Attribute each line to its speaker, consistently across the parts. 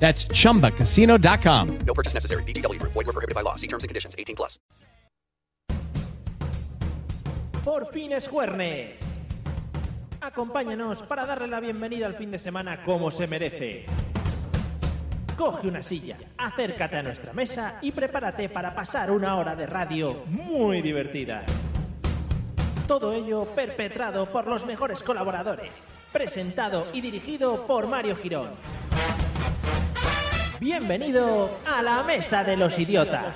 Speaker 1: That's chumbacasino.com.
Speaker 2: No purchase necessary. VGW Group. Void were prohibited by law. See terms and conditions. 18 plus.
Speaker 3: Por fin es jueves. Acompáñanos para darle la bienvenida al fin de semana como se merece. Coge una silla, acércate a nuestra mesa y prepárate para pasar una hora de radio muy divertida. Todo ello perpetrado por los mejores colaboradores, presentado y dirigido por Mario Girón. Bienvenido a la mesa de los idiotas.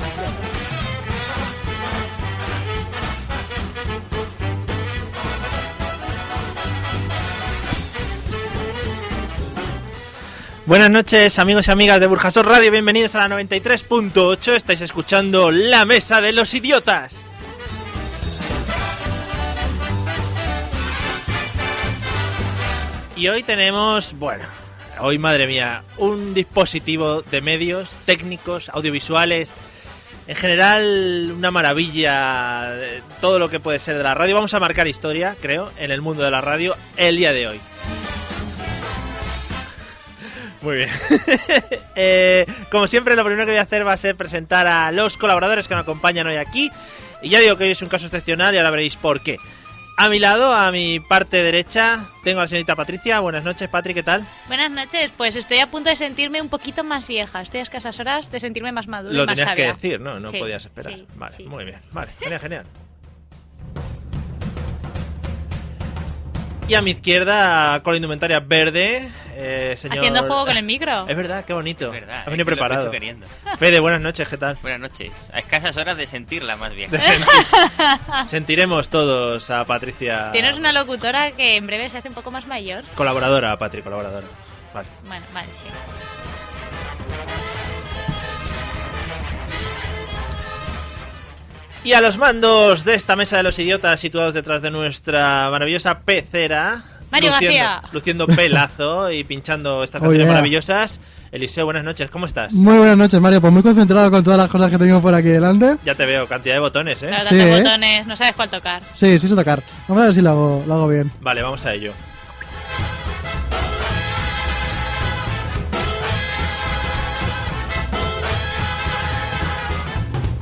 Speaker 3: Buenas noches amigos y amigas de Burjasot Radio, bienvenidos a la 93.8, estáis escuchando La Mesa de los Idiotas. Y hoy tenemos, bueno, hoy madre mía, un dispositivo de medios técnicos, audiovisuales, en general una maravilla, eh, todo lo que puede ser de la radio. Vamos a marcar historia, creo, en el mundo de la radio el día de hoy. Muy bien. Eh, como siempre, lo primero que voy a hacer va a ser presentar a los colaboradores que me acompañan hoy aquí. Y ya digo que hoy es un caso excepcional y ahora veréis por qué. A mi lado, a mi parte derecha, tengo a la señorita Patricia. Buenas noches, Patri, ¿qué tal?
Speaker 4: Buenas noches, pues estoy a punto de sentirme un poquito más vieja. Estoy a escasas horas de sentirme más madura
Speaker 3: Lo
Speaker 4: y más
Speaker 3: tenías
Speaker 4: sabia.
Speaker 3: que decir, ¿no? No
Speaker 4: Sí,
Speaker 3: podías esperar.
Speaker 4: sí,
Speaker 3: vale,
Speaker 4: sí.
Speaker 3: muy bien. Vale, genial, genial. Y a mi izquierda, con la indumentaria verde, eh, señor...
Speaker 4: Haciendo juego con el micro.
Speaker 3: Es verdad, qué bonito.
Speaker 5: Es verdad.
Speaker 3: Ha
Speaker 5: es
Speaker 3: venido
Speaker 5: que lo he
Speaker 3: preparado.
Speaker 5: hecho queriendo.
Speaker 3: Fede, buenas noches, ¿qué tal?
Speaker 5: Buenas noches. A escasas horas de sentirla más vieja.
Speaker 3: De sentir- Sentiremos todos a Patricia.
Speaker 4: Tienes una locutora que en breve se hace un poco más mayor.
Speaker 3: Colaboradora, Patri, colaboradora. Vale.
Speaker 4: Bueno, vale, sí.
Speaker 3: ¿Eh? Y a los mandos de esta mesa de los idiotas situados detrás de nuestra maravillosa pecera.
Speaker 4: Mario
Speaker 3: luciendo,
Speaker 4: García.
Speaker 3: luciendo pelazo y pinchando estas
Speaker 6: Oh,
Speaker 3: canciones
Speaker 6: yeah.
Speaker 3: maravillosas. Eliseo, buenas noches, ¿cómo estás?
Speaker 6: Muy buenas noches, Mario. Pues muy concentrado con todas las cosas que tenemos por aquí delante.
Speaker 3: Ya te veo, cantidad de botones, ¿eh?
Speaker 4: Claro,
Speaker 6: Sí,
Speaker 4: tantos
Speaker 6: ¿eh?
Speaker 4: botones, no sabes cuál tocar.
Speaker 6: Sí, sí sé tocar. Vamos a ver si lo hago, lo hago bien.
Speaker 3: Vale, vamos a ello.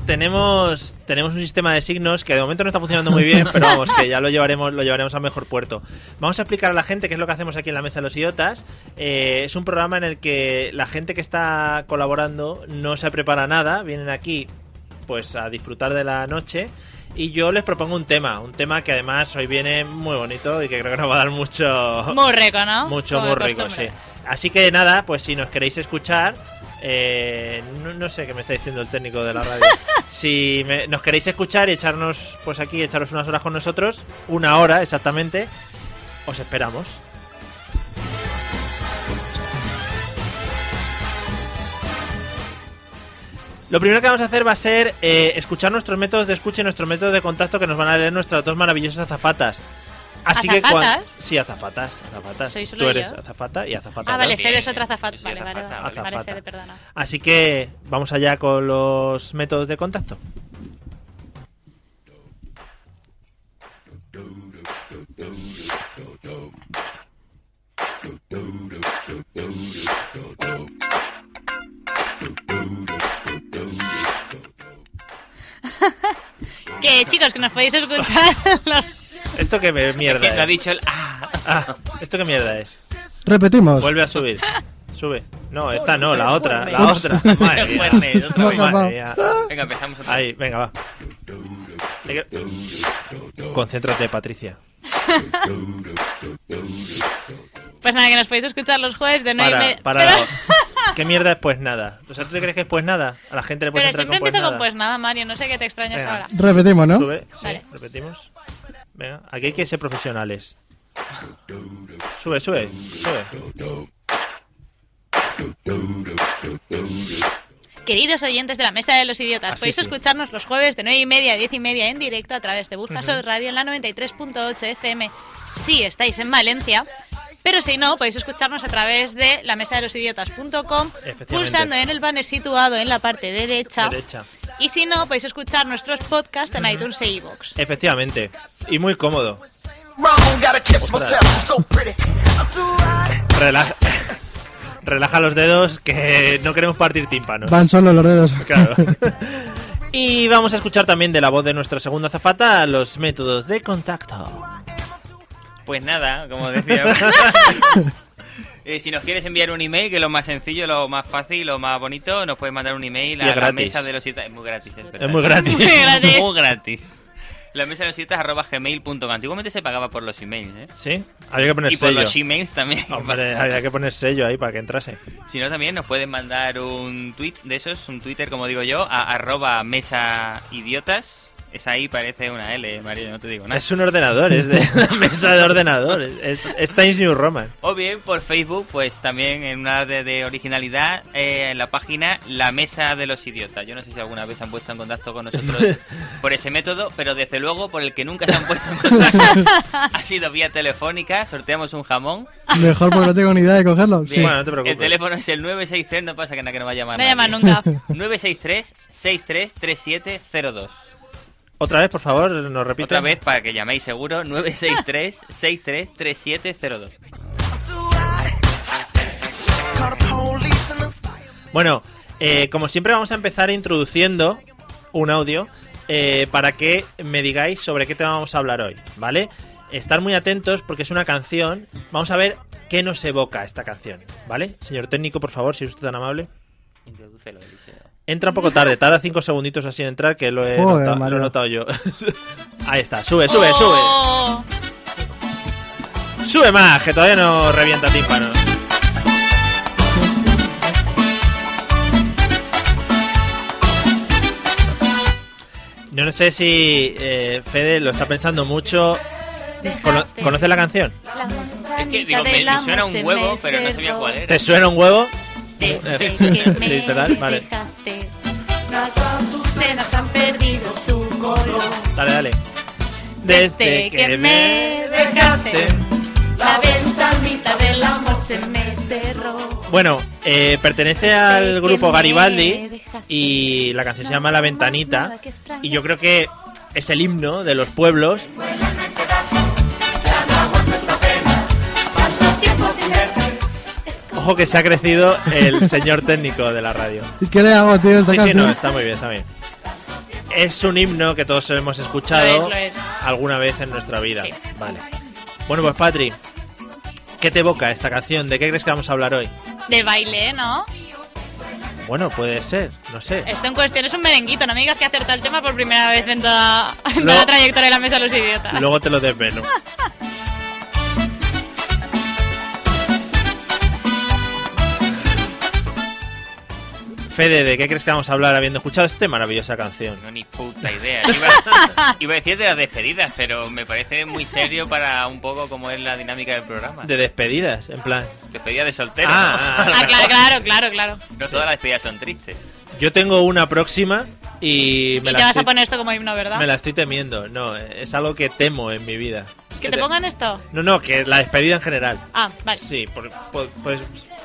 Speaker 3: Tenemos, tenemos un sistema de signos que de momento no está funcionando muy bien, pero vamos, que ya lo llevaremos, lo llevaremos a mejor puerto. Vamos a explicar a la gente qué es lo que hacemos aquí en la Mesa de los Idiotas. Eh, es un programa en el que la gente que está colaborando no se prepara nada, vienen aquí pues a disfrutar de la noche y yo les propongo un tema, un tema que además hoy viene muy bonito y que creo que nos va a dar mucho,
Speaker 4: Muy rico, ¿no?
Speaker 3: Oh. mucho,
Speaker 4: Como
Speaker 3: muy
Speaker 4: de
Speaker 3: rico, sí.
Speaker 4: costumbre.
Speaker 3: Así que nada, pues si nos queréis escuchar, eh, no, no sé qué me está diciendo el técnico de la radio. si me- nos queréis escuchar y echarnos, pues aquí, echaros unas horas con nosotros, una hora exactamente, os esperamos. Lo primero que vamos a hacer va a ser eh, escuchar nuestros métodos de escucha y nuestros métodos de contacto que nos van a leer nuestras dos maravillosas azafatas. Así que cuan-
Speaker 4: ¿Azafatas?
Speaker 3: Sí, azafatas, azafatas.
Speaker 4: Soy solo
Speaker 3: Tú eres
Speaker 4: yo.
Speaker 3: azafata y azafata.
Speaker 4: Ah, vale,
Speaker 3: ¿no?
Speaker 5: Bien,
Speaker 4: Fede es otra
Speaker 5: bien.
Speaker 4: azafata.
Speaker 5: Yo soy
Speaker 4: Vale, vale,
Speaker 5: azafata,
Speaker 4: vale,
Speaker 3: vale.
Speaker 4: vale, Fede,
Speaker 3: Azafata.
Speaker 4: perdona.
Speaker 3: Así que vamos allá con los métodos de contacto.
Speaker 4: Que chicos, que nos podéis escuchar. los-
Speaker 3: ¿Esto qué me- mierda
Speaker 5: Que
Speaker 3: es?
Speaker 5: lo ha dicho el... Ah,
Speaker 3: Ah, ¿Esto qué mierda es?
Speaker 6: Repetimos.
Speaker 3: Vuelve a subir. Sube. No, esta no, la otra. La
Speaker 6: Ups.
Speaker 3: otra. Madre mía.
Speaker 5: Fuertes, otra vez.
Speaker 3: Madre mía.
Speaker 5: Venga, empezamos otra vez.
Speaker 3: Ahí, venga, va. Hay que- Concéntrate, Patricia.
Speaker 4: Pues nada, que nos podéis escuchar los jueves de 9 y
Speaker 3: Para,
Speaker 4: media.
Speaker 3: para.
Speaker 4: Pero,
Speaker 3: ¿Qué mierda es pues nada? O sea, ¿tú te crees que es pues nada? A la gente le puede
Speaker 4: pero
Speaker 3: entrar
Speaker 4: siempre
Speaker 3: con pues
Speaker 4: empiezo
Speaker 3: nada.
Speaker 4: con pues nada, Mario, no sé qué te extrañas
Speaker 3: Venga.
Speaker 4: ahora.
Speaker 6: Repetimos, ¿no?
Speaker 3: Sube, sí,
Speaker 4: Vale.
Speaker 3: repetimos. Venga, aquí hay que ser profesionales. Sube, sube, sube.
Speaker 4: Queridos oyentes de la Mesa de los Idiotas,
Speaker 3: Así
Speaker 4: podéis
Speaker 3: sí.
Speaker 4: escucharnos los jueves de 9 y media a 10 y media en directo a través de Burjasot Radio en la 93.8 FM si estáis en Valencia. Pero si no, podéis escucharnos a través de la mesa de los idiotas.com,
Speaker 3: Efectivamente.
Speaker 4: pulsando en el banner situado en la parte derecha.
Speaker 3: Derecha.
Speaker 4: Y si no, podéis escuchar nuestros podcasts en iTunes e iVoox.
Speaker 3: Efectivamente. Y muy cómodo.
Speaker 7: Wrong, gotta kiss
Speaker 3: Ostras.
Speaker 7: myself. I'm so pretty. I'm too hot.
Speaker 3: Relaja, relaja los dedos que no queremos partir tímpanos.
Speaker 6: Van solo los dedos.
Speaker 3: Claro. Y vamos a escuchar también de la voz de nuestra segunda azafata los métodos de contacto.
Speaker 5: Pues nada, como decía. Eh, si nos quieres enviar un email, que es lo más sencillo, lo más fácil, lo más bonito, nos puedes mandar un email
Speaker 3: Y es
Speaker 5: a la
Speaker 3: gratis.
Speaker 5: mesa de los idiotas. Es muy gratis, es, verdad.
Speaker 3: Es muy gratis.
Speaker 4: Muy gratis.
Speaker 5: Muy gratis. La mesa de los idiotas arroba gmail.com. Antiguamente se pagaba por los emails, ¿eh?
Speaker 3: ¿Sí? Había que poner
Speaker 5: Y por
Speaker 3: sello.
Speaker 5: los emails también.
Speaker 3: Hombre, había que poner sello ahí para que entrase.
Speaker 5: Si no, también nos pueden mandar un tweet de esos, un Twitter, como digo yo, a arroba mesa idiotas. Esa ahí parece una L, Mario, no te digo nada.
Speaker 3: Es un ordenador, es de mesa de ordenador. Es, es- es Times New Roman.
Speaker 5: O bien por Facebook, pues también en una de, de originalidad, eh, en la página La Mesa de los Idiotas. Yo no sé si alguna vez se han puesto en contacto con nosotros por ese método, pero desde luego por el que nunca se han puesto en contacto ha sido vía telefónica. Sorteamos un jamón.
Speaker 6: Mejor porque no tengo ni idea de cogerlo. Sí.
Speaker 3: Bueno, no te preocupes.
Speaker 5: El teléfono es el 963, no pasa que nada que no va a llamar.
Speaker 4: No llamas
Speaker 5: nadie.
Speaker 4: nunca.
Speaker 5: 963-633702.
Speaker 3: Otra vez, por favor, nos repite.
Speaker 5: Otra vez, para que llaméis seguro, 963-633702.
Speaker 7: Call the police and the
Speaker 3: Bueno, eh, como siempre vamos a empezar introduciendo un audio eh, para que me digáis sobre qué tema vamos a hablar hoy, ¿vale? Estar muy atentos porque es una canción. Vamos a ver qué nos evoca esta canción, ¿vale? Señor técnico, por favor, si es usted tan amable.
Speaker 5: Introdúcelo, Eliseo.
Speaker 3: Entra un poco tarde, tarda cinco segunditos así en entrar, que lo he,
Speaker 6: Joder,
Speaker 3: nota- lo
Speaker 6: Mario.
Speaker 3: he notado yo. Ahí está, sube, sube,
Speaker 4: Oh.
Speaker 3: sube. Sube más, que todavía no revienta tímpanos. Yo no sé si eh, Fede lo está pensando mucho. Cono-
Speaker 4: Dejaste
Speaker 3: ¿Conoces la canción?
Speaker 4: la montañita
Speaker 5: Es que digo,
Speaker 4: del
Speaker 5: me, me
Speaker 4: amor
Speaker 5: suena un
Speaker 4: se
Speaker 5: huevo,
Speaker 4: me
Speaker 5: pero no sabía
Speaker 4: cerró.
Speaker 5: cuál era.
Speaker 3: ¿Te suena un huevo?
Speaker 4: Desde
Speaker 3: Eh,
Speaker 4: que me
Speaker 3: literal, vale.
Speaker 4: dejaste, sus cenas han perdido su color.
Speaker 3: Dale, dale.
Speaker 4: Desde que me dejaste, la ventanita del amor se me cerró.
Speaker 3: Bueno, eh, pertenece al
Speaker 4: Desde
Speaker 3: grupo
Speaker 4: Este que me
Speaker 3: Garibaldi
Speaker 4: dejaste.
Speaker 3: y la canción se llama La Ventanita
Speaker 4: Nada que extrañar.
Speaker 3: y yo creo que es el himno de los pueblos. Ojo que se ha crecido el señor técnico de la radio.
Speaker 6: ¿Y qué le hago, tío? Esta
Speaker 3: Sí, sí,
Speaker 6: canción?
Speaker 3: no, está muy bien, está bien. Es un himno que todos hemos
Speaker 4: Lo
Speaker 3: escuchado
Speaker 4: es, lo es.
Speaker 3: alguna vez en nuestra vida.
Speaker 4: Sí.
Speaker 3: Vale. Bueno, pues Patri, ¿qué te evoca esta canción? ¿De qué crees que vamos a hablar hoy?
Speaker 4: Del baile, ¿no?
Speaker 3: Bueno, puede ser, no sé.
Speaker 4: Esto en cuestión es un merenguito. No me digas que acertó el tema por primera vez en toda, en
Speaker 3: Luego-
Speaker 4: toda la trayectoria de la mesa de los idiotas.
Speaker 3: Luego te lo desvelo. Fede, ¿de qué crees que vamos a hablar habiendo escuchado esta maravillosa canción?
Speaker 5: No, ni puta idea. Iba, iba a decir de las despedidas, pero me parece muy serio para un poco como es la dinámica del programa.
Speaker 3: De despedidas, en plan.
Speaker 5: Despedida de soltero.
Speaker 3: Ah,
Speaker 5: ¿no?
Speaker 4: Ah, claro, claro, claro, claro.
Speaker 5: No todas las despedidas son tristes.
Speaker 3: Yo tengo una próxima y
Speaker 4: Y
Speaker 3: me,
Speaker 4: te
Speaker 3: la,
Speaker 4: vas
Speaker 3: estoy,
Speaker 4: a poner esto como himno, ¿verdad?
Speaker 3: me la estoy temiendo. No, es algo que temo en mi vida.
Speaker 4: Que te pongan esto.
Speaker 3: No, no, que la despedida en general.
Speaker 4: Ah, vale.
Speaker 3: Sí, por- por- pues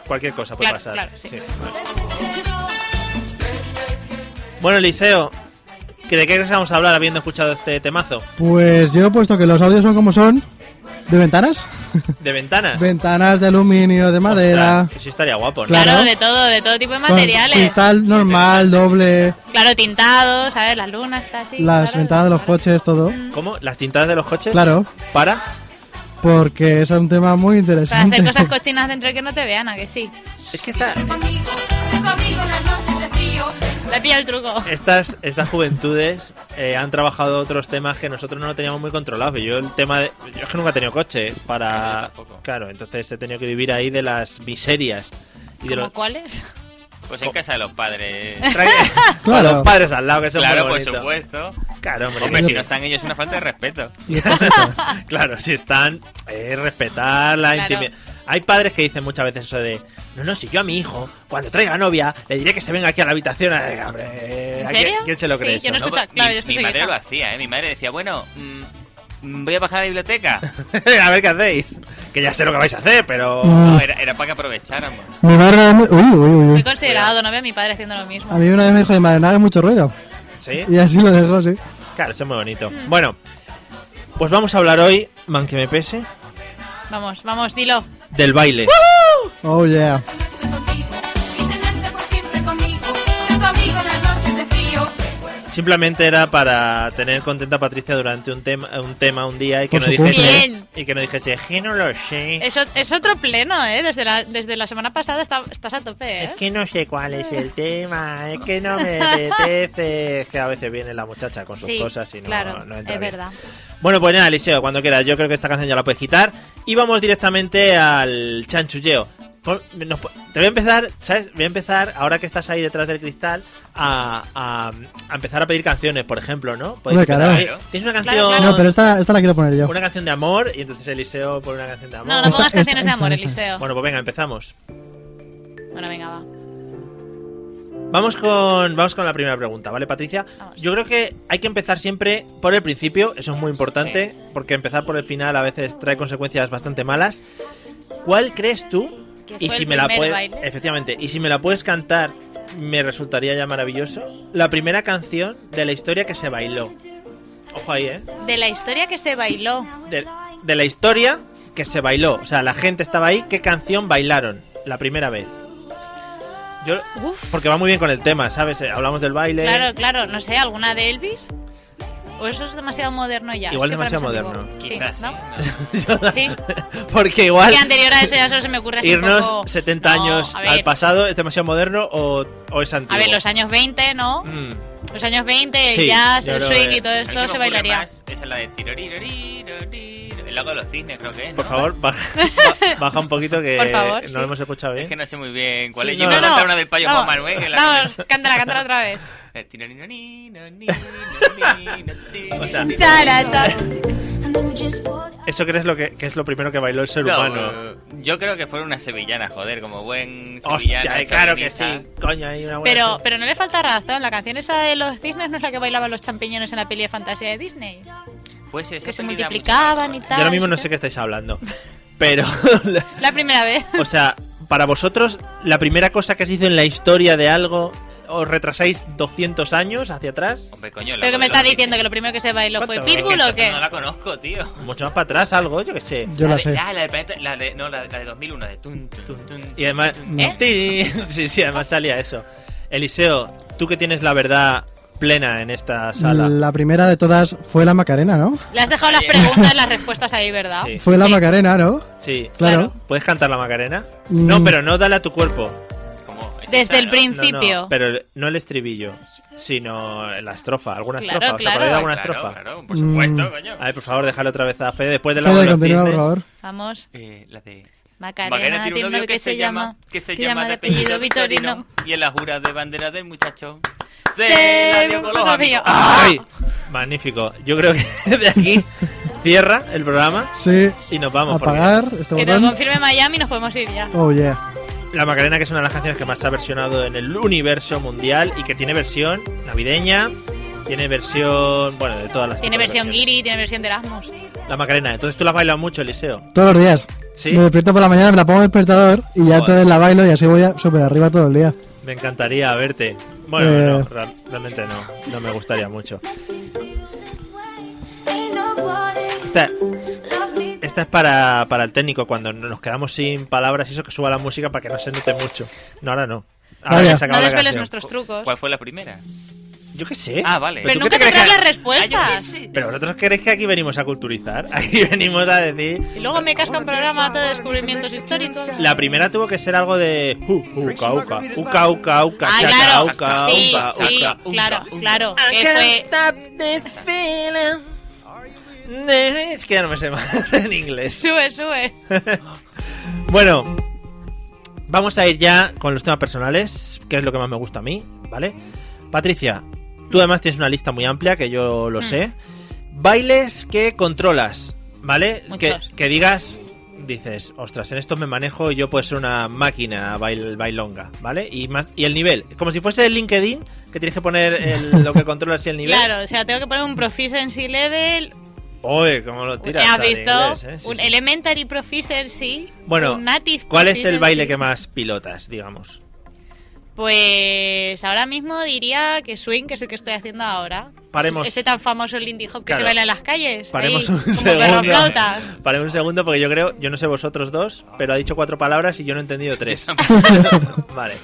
Speaker 3: cualquier cosa puede
Speaker 4: Claro,
Speaker 3: pasar.
Speaker 4: claro, sí.
Speaker 3: vale. Bueno, Eliseo, ¿que ¿de qué crees que vamos a hablar habiendo escuchado este temazo?
Speaker 6: Pues yo he puesto que los audios son como son. ¿De ventanas?
Speaker 3: ¿De ventanas?
Speaker 6: Ventanas de aluminio, de madera.
Speaker 3: Ostras, que sí estaría guapo, ¿no?
Speaker 6: Claro.
Speaker 4: Claro, de todo, de todo tipo de
Speaker 6: con
Speaker 4: materiales.
Speaker 6: Cristal normal, doble.
Speaker 4: Claro, tintados, ¿sabes? Las lunas, está así.
Speaker 6: Las
Speaker 4: claro,
Speaker 6: ventanas de los
Speaker 4: claro.
Speaker 6: coches, todo.
Speaker 3: ¿Cómo? ¿Las tintadas de los coches?
Speaker 6: Claro,
Speaker 3: ¿Para?
Speaker 6: porque es un tema muy
Speaker 4: Para
Speaker 6: interesante.
Speaker 4: hacer cosas cochinas dentro y que no te vean, ¿a que sí?
Speaker 3: Es que esta,
Speaker 4: Le pilla el truco.
Speaker 3: Eh, estas, estas juventudes eh, han trabajado otros temas que nosotros no lo teníamos muy controlados. Yo el tema de... Yo es que nunca he tenido coche
Speaker 5: Yo
Speaker 3: para...
Speaker 5: tampoco.
Speaker 3: Claro, entonces he tenido que vivir ahí de las miserias. Y de
Speaker 4: ¿Como
Speaker 3: los...
Speaker 4: cuáles?
Speaker 5: Pues en casa de los padres.
Speaker 3: Tra- con
Speaker 6: Claro.
Speaker 3: los padres al lado, que son muy
Speaker 5: Claro, por
Speaker 3: bonitos.
Speaker 5: supuesto.
Speaker 3: Claro, hombre.
Speaker 5: Hombre,
Speaker 3: que
Speaker 5: si
Speaker 3: sí.
Speaker 5: no están ellos, es una falta de respeto.
Speaker 3: claro, si pues, están... eh, respetar la
Speaker 4: Claro.
Speaker 3: intimidad. Hay padres que dicen muchas veces eso de, no, no, si yo a mi hijo, cuando traiga novia, le diré que se venga aquí a la habitación. Ay, hombre,
Speaker 4: ¿En
Speaker 3: ¿a quién-
Speaker 4: serio?
Speaker 3: ¿Quién se lo
Speaker 4: Sí,
Speaker 3: cree?
Speaker 4: yo no
Speaker 3: eso,
Speaker 4: he escuchado, claro, yo
Speaker 5: pues, mi, mi
Speaker 4: escuché
Speaker 5: madre
Speaker 4: quizá.
Speaker 5: lo hacía, ¿eh? Mi madre decía, bueno, mm, mm, voy a bajar a la biblioteca.
Speaker 3: a ver qué hacéis. Que ya sé lo que vais a hacer, pero...
Speaker 5: No, era, era para que aprovecháramos.
Speaker 6: Mi madre una vez me- Uy, uy, uy,
Speaker 4: Muy
Speaker 6: uy.
Speaker 4: considerado, no veo a mi padre haciendo lo mismo.
Speaker 6: A mí una vez me dijo, mi madre, no hagas mucho ruido.
Speaker 3: ¿Sí?
Speaker 6: Y así lo dejó, sí.
Speaker 3: Claro, eso es muy bonito.
Speaker 4: Mm.
Speaker 3: Bueno, pues vamos a hablar hoy, man que me pese,
Speaker 4: Vamos, vamos, dilo.
Speaker 3: del
Speaker 4: ¡Uh!
Speaker 3: baile.
Speaker 6: Oh, yeah.
Speaker 3: Simplemente era para tener contenta a Patricia durante un tema, un tema, un día y que
Speaker 6: Por
Speaker 3: no
Speaker 6: supuesto.
Speaker 3: dijese
Speaker 4: Bien.
Speaker 3: y que no dijese "Que no lo sé.
Speaker 4: Es, o- es otro pleno, ¿eh? Desde la, desde la semana pasada está- estás a tope, ¿eh?
Speaker 3: Es que no sé cuál es el tema, es que no me apetece. Es que a veces viene la muchacha con sus
Speaker 4: sí,
Speaker 3: cosas y no,
Speaker 4: claro,
Speaker 3: no entra
Speaker 4: es
Speaker 3: bien.
Speaker 4: verdad.
Speaker 3: Bueno, pues nada, Eliseo, cuando quieras. Yo creo que esta canción ya la puedes quitar. Y vamos directamente al chanchulleo. Pon- nos po- te voy a empezar, ¿sabes? Voy a empezar, ahora que estás ahí detrás del cristal, a, a- a empezar a pedir canciones, por ejemplo, ¿no? Podéis
Speaker 6: Hombre,
Speaker 3: empezar,
Speaker 5: claro.
Speaker 3: "Oye, Tienes una
Speaker 4: Claro,
Speaker 3: canción,
Speaker 4: claro.
Speaker 6: No, pero esta, esta la quiero poner yo.
Speaker 3: una canción de amor, y entonces Eliseo pone una canción de amor.
Speaker 4: No, no pongas
Speaker 6: Esta-
Speaker 4: canciones de
Speaker 6: esta-
Speaker 4: amor,
Speaker 6: esta- esta.
Speaker 4: Eliseo.
Speaker 3: Bueno, pues venga, empezamos.
Speaker 4: Bueno, venga, va.
Speaker 3: Vamos con, vamos con la primera pregunta, ¿vale, Patricia?
Speaker 4: Vamos.
Speaker 3: Yo creo que hay que empezar siempre por el principio, eso es muy importante, porque empezar por el final a veces trae consecuencias bastante malas. ¿Cuál crees tú?
Speaker 4: Que
Speaker 3: Y
Speaker 4: fue
Speaker 3: si
Speaker 4: el
Speaker 3: me la
Speaker 4: primer
Speaker 3: puedes,
Speaker 4: baile.
Speaker 3: efectivamente, y si me la puedes cantar, me resultaría ya maravilloso. La primera canción de la historia que se bailó. Ojo ahí, ¿eh?
Speaker 4: De la historia que se bailó.
Speaker 3: De, de la historia que se bailó, o sea, la gente estaba ahí, ¿qué canción bailaron la primera vez? Yo
Speaker 4: Uf.
Speaker 3: porque va muy bien con el tema, ¿sabes? Eh, Hablamos del baile.
Speaker 4: Claro, claro, no sé, ¿alguna de Elvis? ¿O eso es demasiado moderno ya?
Speaker 3: Igual
Speaker 4: Es que para
Speaker 3: demasiado
Speaker 4: mí es
Speaker 3: moderno.
Speaker 4: antiguo.
Speaker 5: Quizás,
Speaker 4: Sí,
Speaker 5: sí,
Speaker 4: ¿no?
Speaker 5: ¿no?
Speaker 4: Sí.
Speaker 3: Porque igual
Speaker 4: Y anterior a eso ya solo se me ocurre así un
Speaker 3: irnos
Speaker 4: poco-
Speaker 3: 70
Speaker 4: No,
Speaker 3: años
Speaker 4: a
Speaker 3: al
Speaker 4: ver,
Speaker 3: pasado es demasiado moderno o, o es antiguo.
Speaker 4: A ver, los años 20, ¿no?
Speaker 3: Mm,
Speaker 4: Los años 20, el
Speaker 3: Sí,
Speaker 4: jazz,
Speaker 3: yo
Speaker 4: el
Speaker 3: creo
Speaker 4: swing
Speaker 3: que-
Speaker 4: y todo
Speaker 5: A mí me
Speaker 4: esto se
Speaker 5: ocurre
Speaker 4: bailaría.
Speaker 5: más, Esa es la de tiroriroriroriro, El lago de los cisnes, creo que es. ¿no?
Speaker 3: por favor, baja, ba- baja un poquito que
Speaker 4: Por favor,
Speaker 3: no
Speaker 4: sí.
Speaker 3: lo hemos escuchado bien.
Speaker 5: Es que no sé muy bien cuál
Speaker 3: Sí,
Speaker 5: es.
Speaker 3: no,
Speaker 5: Yo me
Speaker 3: no,
Speaker 5: voy a cantar una del payo
Speaker 4: vamos,
Speaker 5: Juan Manuel. Que la
Speaker 4: Vamos, cántala, cántala otra vez.
Speaker 3: O sea,
Speaker 4: Chara, chara.
Speaker 3: ¿eso crees lo que, que es lo primero que bailó el ser
Speaker 5: No,
Speaker 3: humano?
Speaker 5: eh, yo creo que fueron unas sevillanas, joder, como buen
Speaker 3: Hostia, eh,
Speaker 5: sevillano.
Speaker 3: claro que
Speaker 5: chauvinista.
Speaker 3: sí. Coño, hay una buena
Speaker 4: Pero,
Speaker 3: se-
Speaker 4: pero no le falta razón, la canción esa de los cisnes no es la que bailaban los champiñones en la peli de fantasía de Disney.
Speaker 5: Pues esa
Speaker 4: Que se
Speaker 5: peli da mucho
Speaker 4: multiplicaban
Speaker 5: mejor,
Speaker 4: y
Speaker 5: ¿eh?
Speaker 4: tal.
Speaker 3: Yo ahora mismo no sé qué estáis hablando. Pero
Speaker 4: La primera vez.
Speaker 3: O sea, para vosotros, la primera cosa que se hizo en la historia de algo, os retrasáis 200 años hacia atrás.
Speaker 5: Hombre, coño,
Speaker 4: Pero que me está diciendo que lo primero que se bailó fue
Speaker 3: ¿Cuánto?
Speaker 4: Pitbull o qué.
Speaker 5: No la conozco, tío.
Speaker 3: Mucho más para atrás, algo, yo qué sé.
Speaker 6: Yo
Speaker 5: la
Speaker 6: la
Speaker 5: de-
Speaker 6: sé.
Speaker 5: Ah, la de planeta- la de, no, la, la de 2001, de tun, tun, tun,
Speaker 3: Y además.
Speaker 5: tun, tun.
Speaker 4: ¿Eh?
Speaker 3: Sí, sí, sí, además salía eso. Eliseo, tú que tienes la verdad plena en esta sala.
Speaker 6: La primera de todas fue la Macarena, ¿no?
Speaker 4: Le has dejado las preguntas y las respuestas ahí, ¿verdad?
Speaker 3: Sí.
Speaker 6: Fue la
Speaker 4: Sí.
Speaker 6: Macarena, ¿no?
Speaker 3: Sí.
Speaker 6: Claro.
Speaker 3: ¿Puedes cantar la Macarena?
Speaker 6: Mm.
Speaker 3: No, pero no dale a tu cuerpo.
Speaker 5: Como, es
Speaker 4: Desde
Speaker 5: esa,
Speaker 4: el
Speaker 5: ¿no?
Speaker 3: No, no,
Speaker 4: principio.
Speaker 3: pero el- no el estribillo, sino la estrofa, alguna
Speaker 4: Claro,
Speaker 3: estrofa. ¿Os
Speaker 4: claro.
Speaker 3: acordáis de alguna
Speaker 5: Ah, Claro,
Speaker 3: estrofa? Ah.
Speaker 5: claro, por supuesto,
Speaker 6: Mm.
Speaker 5: coño.
Speaker 3: A ver, por favor, déjalo otra vez a Fede después de la
Speaker 6: Fede, continúa, por favor.
Speaker 4: Vamos.
Speaker 5: Eh, la de...
Speaker 4: Macarena, tiene un novio que, se llama.
Speaker 5: que se
Speaker 4: que
Speaker 5: llama de apellido Vitorino y en la jura de bandera del muchacho se, la dio con los amigos. Ah,
Speaker 3: ¡Ay! Magnífico. Yo creo que de aquí cierra el programa
Speaker 6: Sí.
Speaker 3: y nos vamos. porque
Speaker 6: Apagar este
Speaker 4: Que te lo
Speaker 6: botón.
Speaker 4: confirme Miami y nos podemos ir ya.
Speaker 6: Oh, yeah.
Speaker 3: La Macarena, que es una de las canciones que más se ha versionado en el universo mundial y que tiene versión navideña, tiene versión. Bueno, de todas las.
Speaker 4: Tiene
Speaker 3: tipos de
Speaker 4: versión
Speaker 3: versiones.
Speaker 4: Giri, tiene versión de Erasmus.
Speaker 3: La Macarena, entonces tú la has bailado mucho, Eliseo.
Speaker 6: Todos los días.
Speaker 3: Sí,
Speaker 6: Me despierto por la mañana, me la pongo en el despertador y ya
Speaker 3: Joder.
Speaker 6: entonces la bailo y así voy a súper arriba todo el día.
Speaker 3: me encantaría verte. Bueno,
Speaker 6: Eh.
Speaker 3: no, ra- realmente no, no me gustaría mucho. Esta, esta es para, para el técnico, cuando nos quedamos sin palabras y eso que suba la música para que no se note mucho. No, ahora no. Ahora
Speaker 6: Vaya.
Speaker 3: ya se acaba
Speaker 4: No
Speaker 3: la
Speaker 4: desveles
Speaker 3: canción.
Speaker 4: nuestros trucos.
Speaker 5: ¿Cuál fue la primera?
Speaker 3: Yo qué sé.
Speaker 5: Ah, vale.
Speaker 3: ¿tú
Speaker 4: Pero
Speaker 3: qué
Speaker 4: nunca
Speaker 3: te
Speaker 4: te
Speaker 3: crees
Speaker 4: traes
Speaker 3: que-
Speaker 4: las
Speaker 5: Ah, yo qué
Speaker 4: respuestas.
Speaker 5: sé.
Speaker 3: Pero vosotros queréis que aquí venimos a culturizar. Aquí venimos a decir.
Speaker 4: Y luego me casca un programa de descubrimientos históricos.
Speaker 3: La primera tuvo que ser algo de uh, uca, uca, uca, uca, uca,
Speaker 4: Ah,
Speaker 3: chaca,
Speaker 4: claro.
Speaker 3: uca,
Speaker 4: sí,
Speaker 3: uca,
Speaker 4: sí,
Speaker 3: uca.
Speaker 4: claro, claro.
Speaker 3: I
Speaker 4: Que
Speaker 3: can't
Speaker 4: fue
Speaker 3: stop this feeling. Es que ya no me sé más en inglés.
Speaker 4: Sube, sube.
Speaker 3: Bueno, vamos a ir ya con los temas personales, que es lo que más me gusta a mí, ¿vale? Patricia, tú además tienes una lista muy amplia, que yo lo
Speaker 4: Mm.
Speaker 3: sé. Bailes que controlas, ¿vale? Que,
Speaker 4: Muchos.
Speaker 3: que digas, dices, ostras, en esto me manejo y yo puedo ser una máquina bail- bailonga, ¿vale? Y, más, y el nivel, como si fuese el LinkedIn, que tienes que poner el- lo que controlas y el nivel.
Speaker 4: Claro, o sea, tengo que poner un proficiency level,
Speaker 3: Oye, cómo lo tiras.
Speaker 4: ¿Has
Speaker 3: al
Speaker 4: visto?
Speaker 3: inglés, eh? Sí,
Speaker 4: un
Speaker 3: sí.
Speaker 4: elementary proficiency.
Speaker 3: Bueno,
Speaker 4: un native
Speaker 3: ¿Cuál es el
Speaker 4: proficiency.
Speaker 3: baile que más pilotas, digamos?
Speaker 4: Pues ahora mismo diría que swing, que es el que estoy haciendo ahora.
Speaker 3: Paremos.
Speaker 4: Ese tan famoso Lindy Hop que
Speaker 3: Claro.
Speaker 4: se baila en las calles.
Speaker 3: Paremos
Speaker 4: ahí,
Speaker 3: un
Speaker 4: como
Speaker 3: segundo.
Speaker 4: perroflautas.
Speaker 3: Paremos un segundo porque yo creo, yo no sé vosotros dos, pero ha dicho cuatro palabras y yo no he entendido tres. vale.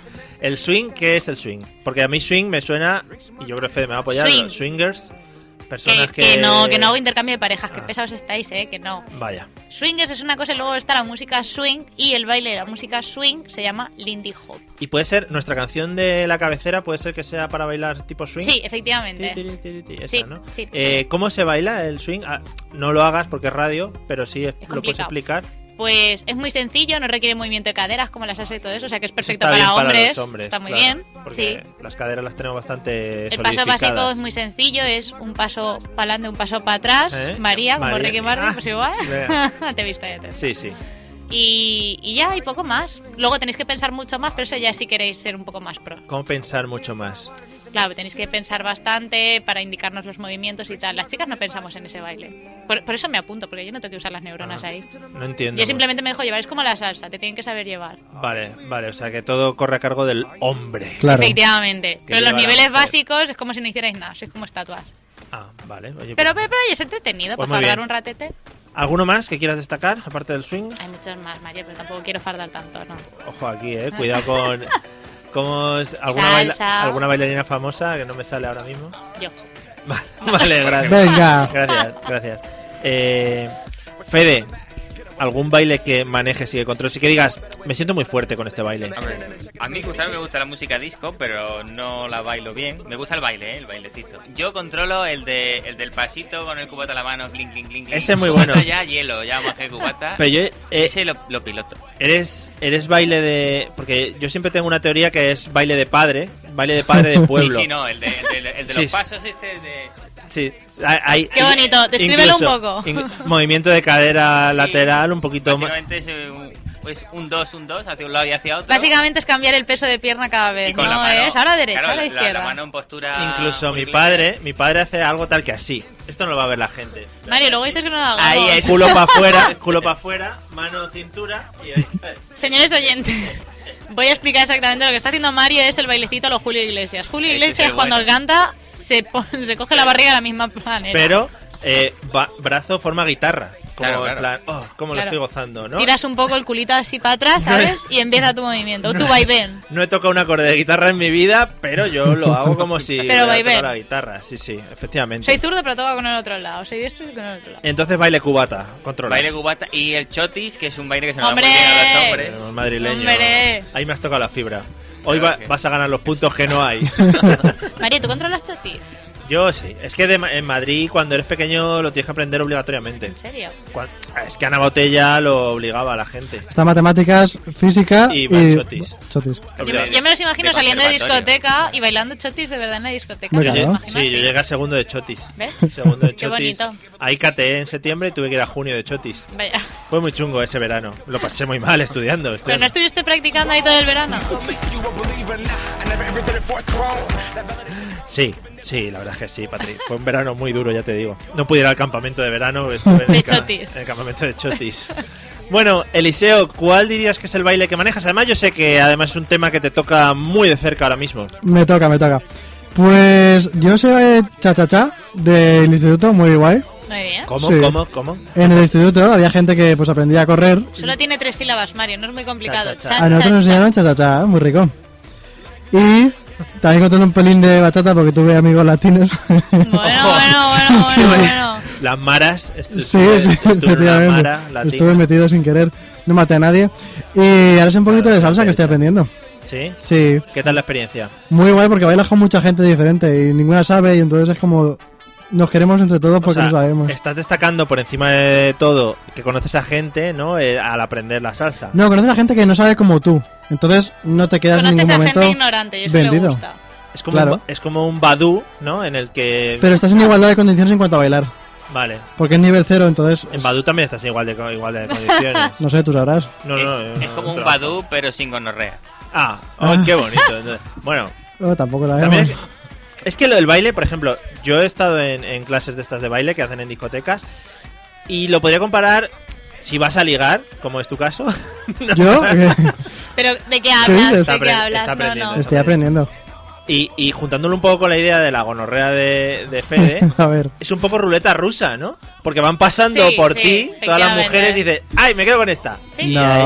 Speaker 3: El swing, ¿qué es el swing? Porque a mí swing me suena, y yo creo que Fede me va a apoyar,
Speaker 4: Swing.
Speaker 3: los swingers,
Speaker 4: Que,
Speaker 3: personas que...
Speaker 4: que no, que no hago intercambio de parejas, que
Speaker 3: Ah.
Speaker 4: pesados estáis, eh, que no.
Speaker 3: Vaya.
Speaker 4: Swingers es una cosa y luego está la música swing y el baile de la música swing se llama Lindy Hop.
Speaker 3: Y puede ser, nuestra canción de la cabecera puede ser que sea para bailar tipo swing.
Speaker 4: Sí,
Speaker 3: Ti,
Speaker 4: efectivamente.
Speaker 3: ti, ti, ti, esa,
Speaker 4: Sí,
Speaker 3: ¿no?
Speaker 4: sí.
Speaker 3: Eh, ¿Cómo se baila el swing? Ah, no lo hagas porque es radio, pero sí es- lo puedes
Speaker 4: complicado.
Speaker 3: explicar.
Speaker 4: Pues es muy sencillo, no requiere movimiento de caderas como las hace todo eso, o sea que es perfecto
Speaker 3: Está
Speaker 4: para,
Speaker 3: bien
Speaker 4: hombres,
Speaker 3: los hombres,
Speaker 4: Está muy
Speaker 3: claro,
Speaker 4: bien. Sí.
Speaker 3: Porque las caderas las tenemos bastante
Speaker 4: El paso básico
Speaker 3: solidificadas.
Speaker 4: es muy sencillo, es un paso para adelante, un paso para atrás.
Speaker 3: ¿Eh?
Speaker 4: María, como
Speaker 3: María.
Speaker 4: Ricky Martin,
Speaker 3: Ah,
Speaker 4: pues igual.
Speaker 3: vea.
Speaker 4: te he visto ya. te he visto.
Speaker 3: Sí, sí.
Speaker 4: Y, y ya, y poco más. Luego tenéis que pensar mucho más, pero eso ya si queréis ser un poco más pro.
Speaker 3: ¿Cómo pensar mucho más?
Speaker 4: Claro, tenéis que pensar bastante para indicarnos los movimientos y tal. Las chicas no pensamos en ese baile. Por, por eso me apunto, porque yo no tengo que usar las neuronas
Speaker 3: Ah,
Speaker 4: ahí.
Speaker 3: No entiendo.
Speaker 4: Yo simplemente me dejo llevar, es como la salsa, te tienen que saber llevar.
Speaker 3: Vale, vale, o sea que todo corre a cargo del hombre.
Speaker 6: Claro.
Speaker 4: Efectivamente. Pero los
Speaker 3: lleva la
Speaker 4: niveles
Speaker 3: mujer.
Speaker 4: básicos es como si no hicierais nada, sois como estatuas.
Speaker 3: Ah, vale. Oye,
Speaker 4: Pero,
Speaker 3: pues-
Speaker 4: pero, pero es entretenido,
Speaker 3: Pues
Speaker 4: pues
Speaker 3: muy
Speaker 4: fardar
Speaker 3: bien.
Speaker 4: un ratete.
Speaker 3: ¿Alguno más que quieras destacar, aparte del swing?
Speaker 4: Hay muchos más, María, pero tampoco quiero fardar tanto, ¿no?
Speaker 3: Ojo aquí, eh. Cuidado con. ¿Cómo es? ¿Alguna,
Speaker 4: Salsa.
Speaker 3: baila- ¿Alguna bailarina famosa que no me sale ahora mismo?
Speaker 4: Yo.
Speaker 3: Vale, vale, gracias.
Speaker 6: Venga.
Speaker 3: Gracias, gracias. Eh, Fede, ¿algún baile que manejes y que controles y que digas, me siento muy fuerte con este baile?
Speaker 5: Hombre, a mí gusta, me gusta la música disco, pero no la bailo bien. Me gusta el baile, ¿eh? el bailecito. Yo controlo el, de, el del pasito con el cubata a la mano, clink, clink, clink. clink.
Speaker 3: Ese es muy
Speaker 5: Cubata
Speaker 3: bueno.
Speaker 5: ya hielo, ya mojé cubata.
Speaker 3: Pero yo, eh,
Speaker 5: Ese lo, lo piloto.
Speaker 3: eres, eres baile de... Porque yo siempre tengo una teoría que es baile de padre, baile de padre de pueblo.
Speaker 5: Sí, sí, no, el de, el de- el de
Speaker 3: Sí, sí.
Speaker 5: los pasos este de...
Speaker 3: Sí, hay- hay-
Speaker 4: Qué bonito, descríbelo
Speaker 3: incluso
Speaker 4: un poco.
Speaker 3: in- movimiento de cadera
Speaker 5: Sí.
Speaker 3: lateral, un poquito más...
Speaker 5: Básicamente es un, pues, un dos, un dos, hacia un lado y hacia otro.
Speaker 4: Básicamente es cambiar el peso de pierna cada
Speaker 5: Y
Speaker 4: vez,
Speaker 5: con
Speaker 4: ¿no?
Speaker 5: la mano-
Speaker 4: es ahora derecha,
Speaker 5: claro,
Speaker 4: ahora
Speaker 5: la-
Speaker 4: izquierda.
Speaker 5: La, mano en postura...
Speaker 3: Incluso mi
Speaker 5: curvilínea.
Speaker 3: padre, mi padre hace algo tal que así. Esto no lo va a ver la gente.
Speaker 4: Mario, luego dices que no lo hago.
Speaker 5: Ahí es.
Speaker 3: Culo para afuera, culo para afuera, mano cintura y ahí.
Speaker 4: Señores oyentes, voy a explicar exactamente lo que está haciendo Mario, es el bailecito a lo Julio Iglesias. Julio
Speaker 5: Ese es el
Speaker 4: Iglesias cuando
Speaker 5: bueno.
Speaker 4: canta se, pone- se coge la barriga de la misma manera.
Speaker 3: Pero eh, ba- brazo forma guitarra. Como
Speaker 5: Claro,
Speaker 3: en
Speaker 5: claro.
Speaker 3: plan, oh, cómo lo
Speaker 4: Claro.
Speaker 3: estoy gozando, ¿no?
Speaker 4: Tiras un poco el culito así para atrás, ¿sabes? Y empieza tu movimiento, tu vaivén.
Speaker 3: No he tocado un acorde de guitarra en mi vida, pero yo lo hago como si
Speaker 4: Pero
Speaker 3: hubiera
Speaker 4: vaivén.
Speaker 3: tocado la guitarra. Sí, sí, efectivamente.
Speaker 4: Soy zurdo pero toco con el otro lado, soy diestro y con el otro lado.
Speaker 3: Entonces baile cubata, controla.
Speaker 5: Baile cubata y el chotis, que es un baile que se me
Speaker 4: ¡Hombre!
Speaker 5: da muy bien a los hombres.
Speaker 3: Eh, madrileño.
Speaker 4: ¡Hombre!
Speaker 3: Ahí me has tocado la fibra. Hoy
Speaker 5: Claro
Speaker 3: va-
Speaker 5: que-
Speaker 3: vas a ganar los puntos que no hay.
Speaker 5: Eh.
Speaker 4: Mario, ¿tú controlas choti?
Speaker 3: Yo sí. Es que de ma- en Madrid cuando eres pequeño lo tienes que aprender obligatoriamente.
Speaker 4: ¿En serio?
Speaker 3: Cuan- Es que Ana Botella lo obligaba a la gente.
Speaker 6: Está matemáticas, física
Speaker 3: Y
Speaker 6: y.
Speaker 3: machotis.
Speaker 6: Chotis.
Speaker 4: Yo me, yo me los imagino
Speaker 5: De
Speaker 4: saliendo de
Speaker 5: conservatorio.
Speaker 4: discoteca y bailando chotis de verdad en la discoteca.
Speaker 6: Muy
Speaker 4: ¿Te
Speaker 6: claro.
Speaker 4: lo imaginas?
Speaker 3: Sí, yo llegué a segundo de Chotis.
Speaker 4: ¿Ves?
Speaker 3: Segundo de
Speaker 4: Qué
Speaker 3: Chotis.
Speaker 4: bonito.
Speaker 3: Ahí cateé en septiembre y tuve que ir a junio de Chotis.
Speaker 4: Vaya.
Speaker 3: Fue muy chungo ese verano. Lo pasé muy mal estudiando.
Speaker 4: Pero no
Speaker 3: estudiando.
Speaker 4: estuviste practicando ahí todo el verano.
Speaker 3: Sí, sí, la verdad es que sí, Patri. Fue un verano muy duro, ya te digo. No pude ir al campamento de verano. porque estuve en
Speaker 4: De
Speaker 3: el, ca-
Speaker 4: Chotis.
Speaker 3: en el campamento de Chotis. Bueno, Eliseo, ¿cuál dirías que es el baile que manejas? Además, yo sé que además es un tema que te toca muy de cerca ahora mismo.
Speaker 6: Me toca, me toca. Pues yo soy cha-cha-cha del instituto, muy guay.
Speaker 4: Muy bien.
Speaker 3: ¿Cómo,
Speaker 6: Sí.
Speaker 3: cómo, cómo?
Speaker 6: En el instituto había gente que pues aprendía a correr.
Speaker 4: Solo tiene tres sílabas, Mario, no es muy complicado.
Speaker 3: Cha, cha, cha.
Speaker 4: Chan,
Speaker 6: Ah, A nosotros
Speaker 4: chan,
Speaker 6: nos
Speaker 4: chan.
Speaker 6: llamaban cha-cha-cha, muy rico. Y también controlo un pelín de bachata porque tuve amigos latinos.
Speaker 4: Bueno, bueno, bueno,
Speaker 6: Sí, sí.
Speaker 4: bueno, bueno.
Speaker 3: Las maras. Estu-
Speaker 6: Sí,
Speaker 3: estuve
Speaker 6: sí,
Speaker 3: en una
Speaker 6: efectivamente.
Speaker 3: mara latina.
Speaker 6: Estuve metido sin querer, no maté a nadie. Y ahora es un poquito
Speaker 3: Claro,
Speaker 6: de salsa
Speaker 3: de
Speaker 6: que estoy
Speaker 3: hecho.
Speaker 6: aprendiendo.
Speaker 3: ¿Sí?
Speaker 6: Sí,
Speaker 3: ¿Qué tal la experiencia?
Speaker 6: muy guay porque bailas con mucha gente diferente y ninguna sabe y entonces es como nos queremos entre todos porque
Speaker 3: O sea,
Speaker 6: no Pues sabemos.
Speaker 3: Estás destacando por encima de todo que conoces a gente, ¿no? Eh, al aprender la salsa.
Speaker 6: No, conoces a gente que no sabe como tú, entonces no te quedas en
Speaker 4: Conoces
Speaker 6: ningún
Speaker 4: a gente
Speaker 6: momento,
Speaker 4: ignorante y eso le
Speaker 6: vendido.
Speaker 4: gusta.
Speaker 3: es como
Speaker 6: claro.
Speaker 3: un, es como un badú, ¿no? En el que
Speaker 6: pero estás en igualdad de condiciones en cuanto a bailar.
Speaker 3: Vale.
Speaker 6: Porque es nivel cero, entonces.
Speaker 3: En Badu también estás igual de, co- igual de condiciones.
Speaker 6: No sé, tú sabrás.
Speaker 3: No,
Speaker 5: es,
Speaker 3: no, no,
Speaker 5: es
Speaker 3: no,
Speaker 5: como un
Speaker 3: pero-
Speaker 5: Badu, pero sin gonorrea.
Speaker 3: Ah, oh, qué bonito. Entonces, bueno,
Speaker 6: No, Oh, tampoco la
Speaker 3: también es que,
Speaker 6: vemos.
Speaker 3: es que lo del baile, por ejemplo, yo he estado en, en clases de estas de baile que hacen en discotecas y lo podría comparar si vas a ligar, como es tu caso.
Speaker 6: ¿Yo?
Speaker 4: Pero ¿de qué hablas?
Speaker 6: dices?
Speaker 4: ¿De qué
Speaker 3: Está
Speaker 4: hablas? No,
Speaker 3: aprendiendo,
Speaker 4: no.
Speaker 3: está
Speaker 6: Estoy aprendiendo.
Speaker 3: Y, y juntándolo un poco con la idea de la gonorrea de, de Fede,
Speaker 6: A ver.
Speaker 3: es un poco ruleta rusa, ¿no? Porque van pasando
Speaker 4: Sí,
Speaker 3: por
Speaker 4: sí,
Speaker 3: ti todas las
Speaker 4: efectivamente.
Speaker 3: mujeres y dices, ¡ay, me quedo con esta!
Speaker 4: Sí.
Speaker 3: Y
Speaker 6: No.
Speaker 3: ahí-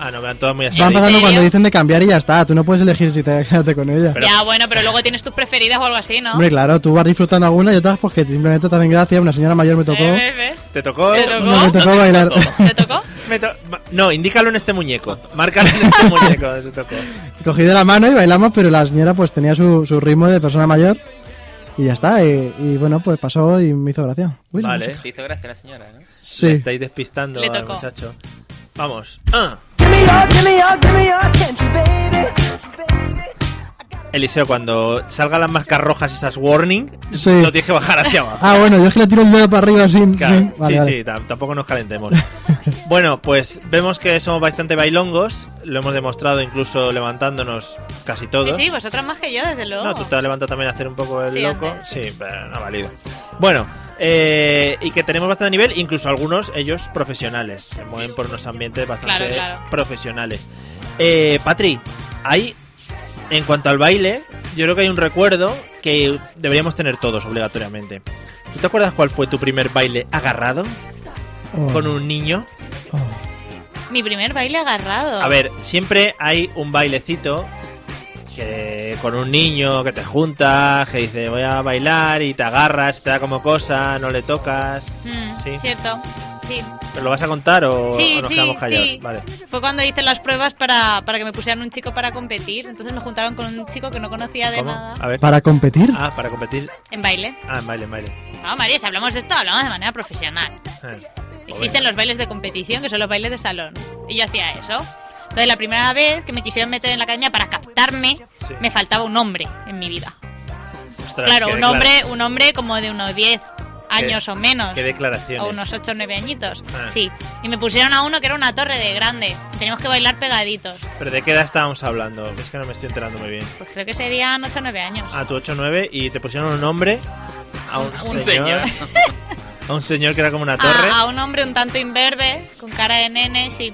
Speaker 3: ah, no, me van todas muy así.
Speaker 6: Van pasando
Speaker 4: serio?
Speaker 6: cuando dicen de cambiar y ya está. Tú no puedes elegir si te quedaste con ella.
Speaker 3: Pero-
Speaker 4: ya, bueno, pero luego tienes tus preferidas o algo así, ¿no?
Speaker 6: Hombre, claro, tú vas disfrutando algunas y otras pues que simplemente te hacen gracia. Una señora mayor me tocó.
Speaker 4: Eh, ¿ves?
Speaker 3: ¿Te tocó?
Speaker 4: Te tocó.
Speaker 6: No, me tocó bailar.
Speaker 4: ¿Te tocó?
Speaker 3: Me to- ma- no, indícalo en este muñeco. Márcalo en este muñeco. donde te tocó.
Speaker 6: Cogí de la mano y bailamos, pero la señora pues tenía su, su ritmo de persona mayor. Y ya está. Y, y, bueno, pues pasó y me hizo gracia. Uy, la
Speaker 3: Vale.
Speaker 6: música.
Speaker 5: Te hizo gracia la señora, ¿no?
Speaker 3: Le
Speaker 6: Sí.
Speaker 3: estáis despistando
Speaker 4: Le
Speaker 3: al
Speaker 4: tocó.
Speaker 3: muchacho. Vamos. Ah,
Speaker 7: Give me your, give me your, give me your attention, baby.
Speaker 3: Eliseo, cuando salgan las marcas rojas esas warning,
Speaker 6: Sí.
Speaker 3: lo tienes que bajar hacia abajo.
Speaker 6: Ah, bueno, yo es que le tiro el dedo para arriba sin.
Speaker 3: Claro.
Speaker 6: sin- Vale,
Speaker 3: sí,
Speaker 6: vale.
Speaker 3: sí, tam- tampoco nos calentemos. bueno, pues vemos que somos bastante bailongos. Lo hemos demostrado incluso levantándonos casi
Speaker 4: Sí,
Speaker 3: todos.
Speaker 4: sí, vosotros más que yo, desde luego.
Speaker 3: No, tú te has levantado también a hacer un poco el
Speaker 4: Sí,
Speaker 3: loco.
Speaker 4: antes.
Speaker 3: Sí, pero no ha valido. Bueno, eh, y que tenemos bastante nivel, incluso algunos, ellos profesionales. Se mueven por unos ambientes bastante
Speaker 4: Claro, claro.
Speaker 3: profesionales. Eh, Patri, hay, en cuanto al baile, yo creo que hay un recuerdo que deberíamos tener todos obligatoriamente. ¿Tú te acuerdas cuál fue tu primer baile agarrado
Speaker 6: Oh,
Speaker 3: con un niño?
Speaker 6: oh.
Speaker 4: Mi primer baile agarrado.
Speaker 3: A ver, siempre hay un bailecito que con un niño que te juntas, que dice voy a bailar y te agarras, te da como cosa, no le tocas.
Speaker 4: Mm,
Speaker 3: sí.
Speaker 4: Cierto. Sí.
Speaker 3: ¿Pero lo vas a contar o,
Speaker 4: Sí,
Speaker 3: o nos
Speaker 4: sí,
Speaker 3: quedamos callados?
Speaker 4: sí.
Speaker 3: Vale.
Speaker 4: Fue cuando hice las pruebas para, para que me pusieran un chico para competir. Entonces me juntaron con un chico que no conocía de
Speaker 3: ¿Cómo?
Speaker 4: nada.
Speaker 3: A ver.
Speaker 6: ¿Para competir?
Speaker 3: Ah, para competir.
Speaker 4: En baile.
Speaker 3: Ah, en baile, en baile.
Speaker 4: Vamos, María, si hablamos de esto, hablamos de manera profesional.
Speaker 3: Ah.
Speaker 4: Existen los bailes de competición, que son los bailes de salón. Y yo hacía eso. Entonces, la primera vez que me quisieron meter en la academia para captarme,
Speaker 3: Sí.
Speaker 4: me faltaba un hombre en mi vida.
Speaker 3: Ostras,
Speaker 4: Claro,
Speaker 3: qué
Speaker 4: un
Speaker 3: declara-
Speaker 4: hombre, un hombre como de unos 10 años o menos.
Speaker 3: Qué declaraciones.
Speaker 4: O unos 8 o 9 añitos.
Speaker 3: Ah.
Speaker 4: Sí. Y me pusieron a uno que era una torre de grande. Teníamos que bailar pegaditos.
Speaker 3: ¿Pero de qué edad estábamos hablando? Es que no me estoy enterando muy bien.
Speaker 4: Pues creo que serían 8 o 9 años.
Speaker 3: A tu 8-9 y te pusieron un nombre a un,
Speaker 5: Un
Speaker 3: señor.
Speaker 5: señor.
Speaker 3: A un señor que era como una torre.
Speaker 4: A, a un hombre un tanto imberbe, con cara de nene, sí.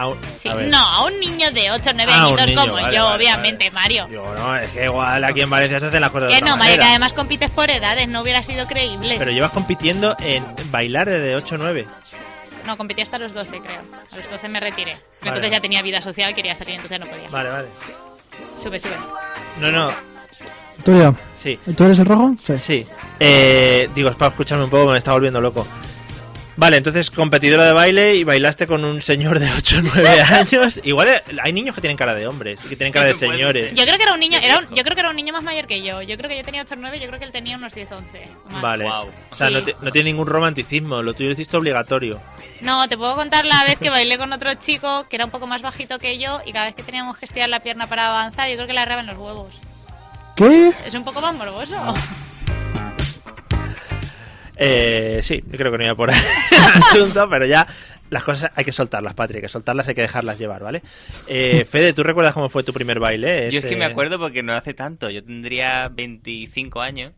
Speaker 3: a un-
Speaker 4: ah, sí.
Speaker 3: a ver.
Speaker 4: No, a un niño de 8 o 9
Speaker 3: Ah, un
Speaker 4: añitos
Speaker 3: niño,
Speaker 4: como
Speaker 3: vale,
Speaker 4: yo,
Speaker 3: vale,
Speaker 4: obviamente,
Speaker 3: vale.
Speaker 4: Mario.
Speaker 3: Digo, no, es que igual aquí en Valencia se hacen las cosas de
Speaker 4: Que
Speaker 3: otra
Speaker 4: no, Mario, que
Speaker 3: manera.
Speaker 4: además compites por edades, no hubiera sido creíble.
Speaker 3: Pero llevas compitiendo en bailar desde 8 o 9.
Speaker 4: No, competí hasta los 12, creo. A los 12 me retiré. Pero
Speaker 3: Vale.
Speaker 4: entonces ya tenía vida social, quería salir, entonces no podía.
Speaker 3: Vale, vale.
Speaker 4: Sube, sube.
Speaker 3: No, no,
Speaker 6: ¿Tú, Leo?
Speaker 3: sí,
Speaker 6: ¿Tú eres el rojo?
Speaker 3: sí. Eh, digo, es para escucharme un poco, me está volviendo loco. Vale, entonces competidora de baile y bailaste con un señor de 8 o 9 años. Igual eh, hay niños que tienen cara de hombres y que tienen cara de
Speaker 5: Sí, puede
Speaker 3: señores.
Speaker 4: Yo creo que era un niño,
Speaker 5: Qué
Speaker 4: era un-
Speaker 5: viejo.
Speaker 4: yo creo que era un niño más mayor que yo. Yo creo que yo tenía 8 o 9, yo creo que él tenía unos 10 o 11. o más.
Speaker 3: Vale.
Speaker 5: Guau.
Speaker 3: O sea, no,
Speaker 4: Sí.
Speaker 3: te- no tiene ningún romanticismo, lo tuyo lo hiciste obligatorio.
Speaker 4: No, te puedo contar la vez que bailé con otro chico que era un poco más bajito que yo y cada vez que teníamos que estirar la pierna para avanzar, yo creo que le arreban los huevos.
Speaker 6: ¿Qué?
Speaker 4: Es un poco más morboso.
Speaker 3: Ah. Eh, sí, yo creo que no iba por el asunto, pero ya las cosas hay que soltarlas, Patri, hay que soltarlas, hay que dejarlas llevar, ¿vale? Eh, Fede, ¿tú recuerdas cómo fue tu primer baile?
Speaker 5: Yo es
Speaker 3: Ese-
Speaker 5: que me acuerdo porque no hace tanto. Yo tendría 25 años.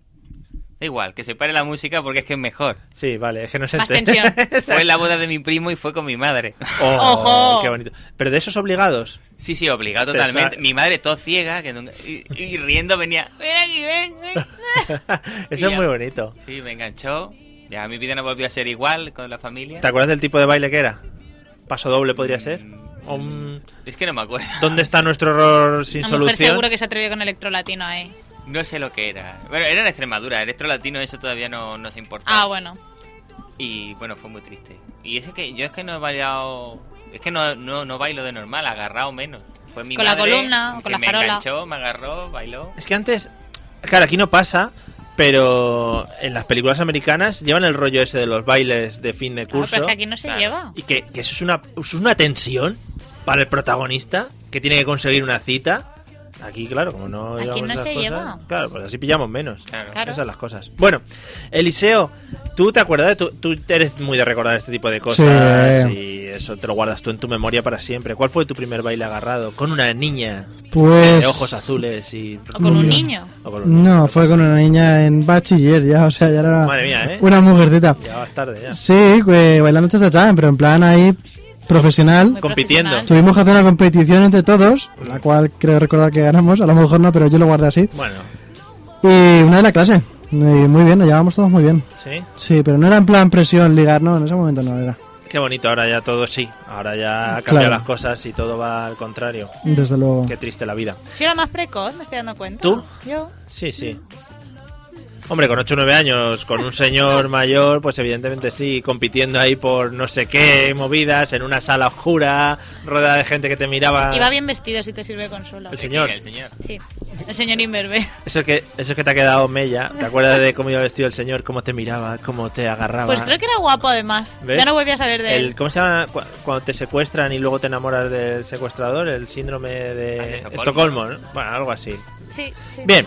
Speaker 5: Da igual, que se pare la música porque es que es mejor.
Speaker 3: Sí, vale, es que no se
Speaker 4: Más
Speaker 3: entiende.
Speaker 5: Fue la boda de mi primo y fue con mi madre.
Speaker 3: Oh,
Speaker 4: Ojo.
Speaker 3: ¡Qué bonito! Pero de esos obligados.
Speaker 5: Sí, sí, obligado
Speaker 3: Pero
Speaker 5: totalmente.
Speaker 3: esa-
Speaker 5: Mi madre, todo ciega, que nunca- y, y riendo venía, "Eh". ven aquí, ven, ven".
Speaker 3: Eso es
Speaker 5: Ya.
Speaker 3: muy bonito.
Speaker 5: Sí, me enganchó. Ya mi vida no volvió a ser igual con la familia.
Speaker 3: ¿Te acuerdas del tipo de baile que era? ¿Paso doble podría ser?
Speaker 5: Mm,
Speaker 3: ¿O un-
Speaker 5: Es que no me acuerdo.
Speaker 3: ¿Dónde está nuestro error sin
Speaker 4: La mujer
Speaker 3: solución?
Speaker 4: seguro que se atrevió con electrolatino ahí.
Speaker 5: No sé lo que era. Bueno, era en Extremadura, electro latino, eso todavía no, no se importaba.
Speaker 4: Ah, bueno.
Speaker 5: Y bueno, fue muy triste. Y es que yo es que no he bailado. Es que no, no, no bailo de normal, agarrado menos. Fue mi
Speaker 4: Con la
Speaker 5: madre
Speaker 4: columna,
Speaker 5: que
Speaker 4: con la
Speaker 5: me
Speaker 4: farola.
Speaker 5: enganchó, me agarró, bailó.
Speaker 3: Es que antes, claro, aquí no pasa, pero en las películas americanas llevan el rollo ese de los bailes de fin de
Speaker 4: Claro,
Speaker 3: curso.
Speaker 4: pero es que aquí no se
Speaker 5: Claro.
Speaker 4: lleva.
Speaker 3: Y que, que eso, es una, eso es una tensión para el protagonista que tiene que conseguir una cita. Aquí, claro, como no.
Speaker 4: Aquí
Speaker 3: llevamos
Speaker 4: no
Speaker 3: esas
Speaker 4: se
Speaker 3: cosas,
Speaker 4: lleva.
Speaker 3: Claro, pues así pillamos menos.
Speaker 5: Claro.
Speaker 4: Claro.
Speaker 3: Esas son las cosas. Bueno, Eliseo, Tú te acuerdas, tú, tú eres muy de recordar este tipo de cosas
Speaker 6: Sí.
Speaker 3: y eso te lo guardas tú en tu memoria para siempre. ¿Cuál fue tu primer baile agarrado? Con una niña de
Speaker 6: Pues.
Speaker 3: Eh, ojos azules y.
Speaker 4: O con un
Speaker 6: Muy bien.
Speaker 4: niño.
Speaker 3: o con un-
Speaker 6: No, fue con una niña en bachiller ya, o sea, ya era
Speaker 3: Madre mía, ¿eh?
Speaker 6: una mujercita.
Speaker 3: Ya vas tarde, ya.
Speaker 6: Sí, pues, bailando cha-cha, pero en plan ahí profesional.
Speaker 4: Muy
Speaker 3: Compitiendo.
Speaker 4: profesional.
Speaker 6: Tuvimos que hacer una competición entre todos, la cual creo recordar que ganamos, a lo mejor no, pero yo lo guardé así.
Speaker 3: Bueno,
Speaker 6: Y una de la clase. Y muy bien, nos llevábamos todos muy bien.
Speaker 3: sí.
Speaker 6: Sí, pero no era en plan presión, ligar, no, en ese momento no era.
Speaker 3: Qué bonito, ahora ya todo sí. Ahora ya ha cambiado
Speaker 6: Claro.
Speaker 3: las cosas y todo va al contrario.
Speaker 6: Desde luego.
Speaker 3: Qué triste la vida.
Speaker 4: Si era más precoz, me estoy dando cuenta.
Speaker 3: ¿Tú?
Speaker 4: Yo.
Speaker 3: Sí, sí. Hombre, con 8 o 9 años, con un señor mayor, pues evidentemente sí, compitiendo ahí por no sé qué movidas, en una sala oscura, rodeada de gente que te miraba.
Speaker 4: Iba bien vestido, si te sirve de consuelo.
Speaker 3: Ah. El señor.
Speaker 5: El señor.
Speaker 4: Sí. El señor Inverbe.
Speaker 3: Eso que, eso que te ha quedado mella, ¿te acuerdas de cómo iba vestido el señor, cómo te miraba, cómo te agarraba?
Speaker 4: Pues creo que era guapo además.
Speaker 3: Ah, ¿Ves?
Speaker 4: Ya no volví a saber de
Speaker 3: El,
Speaker 4: él.
Speaker 3: ¿Cómo se llama Cu- cuando te secuestran y luego te enamoras del secuestrador? El síndrome de,
Speaker 5: Ah, de
Speaker 3: Estocolmo,
Speaker 5: Estocolmo.
Speaker 3: ¿no? Bueno, algo así.
Speaker 4: Sí, sí.
Speaker 3: Bien,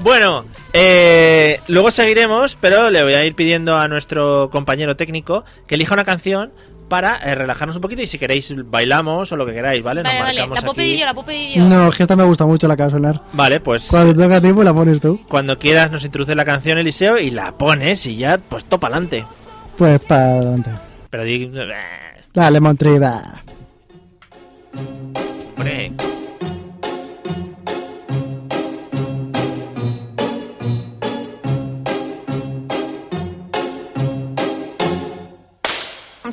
Speaker 3: bueno, eh, luego seguiremos, pero le voy a ir pidiendo a nuestro compañero técnico que elija una canción para eh, relajarnos un poquito y si queréis bailamos o lo que queráis, ¿vale? Nos
Speaker 4: Vale, vale. La
Speaker 3: marcamos
Speaker 4: puedo
Speaker 3: aquí.
Speaker 4: pedir yo, la puedo pedir yo.
Speaker 6: No, es que esta me gusta mucho la que va a sonar.
Speaker 3: Vale, pues
Speaker 6: Cuando te toca tiempo la pones tú.
Speaker 3: cuando quieras nos introduces la canción Eliseo y la pones y ya, pues topa adelante.
Speaker 6: Pues para adelante.
Speaker 3: Pero di... eh,
Speaker 6: La Lemon Tree, va.
Speaker 5: Hombre,
Speaker 7: I'm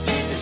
Speaker 7: is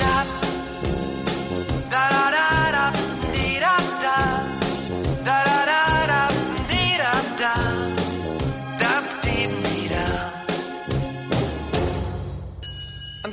Speaker 7: that. Da da da da, dee da da. Da da da da, dee da da. Da dee dee da. I'm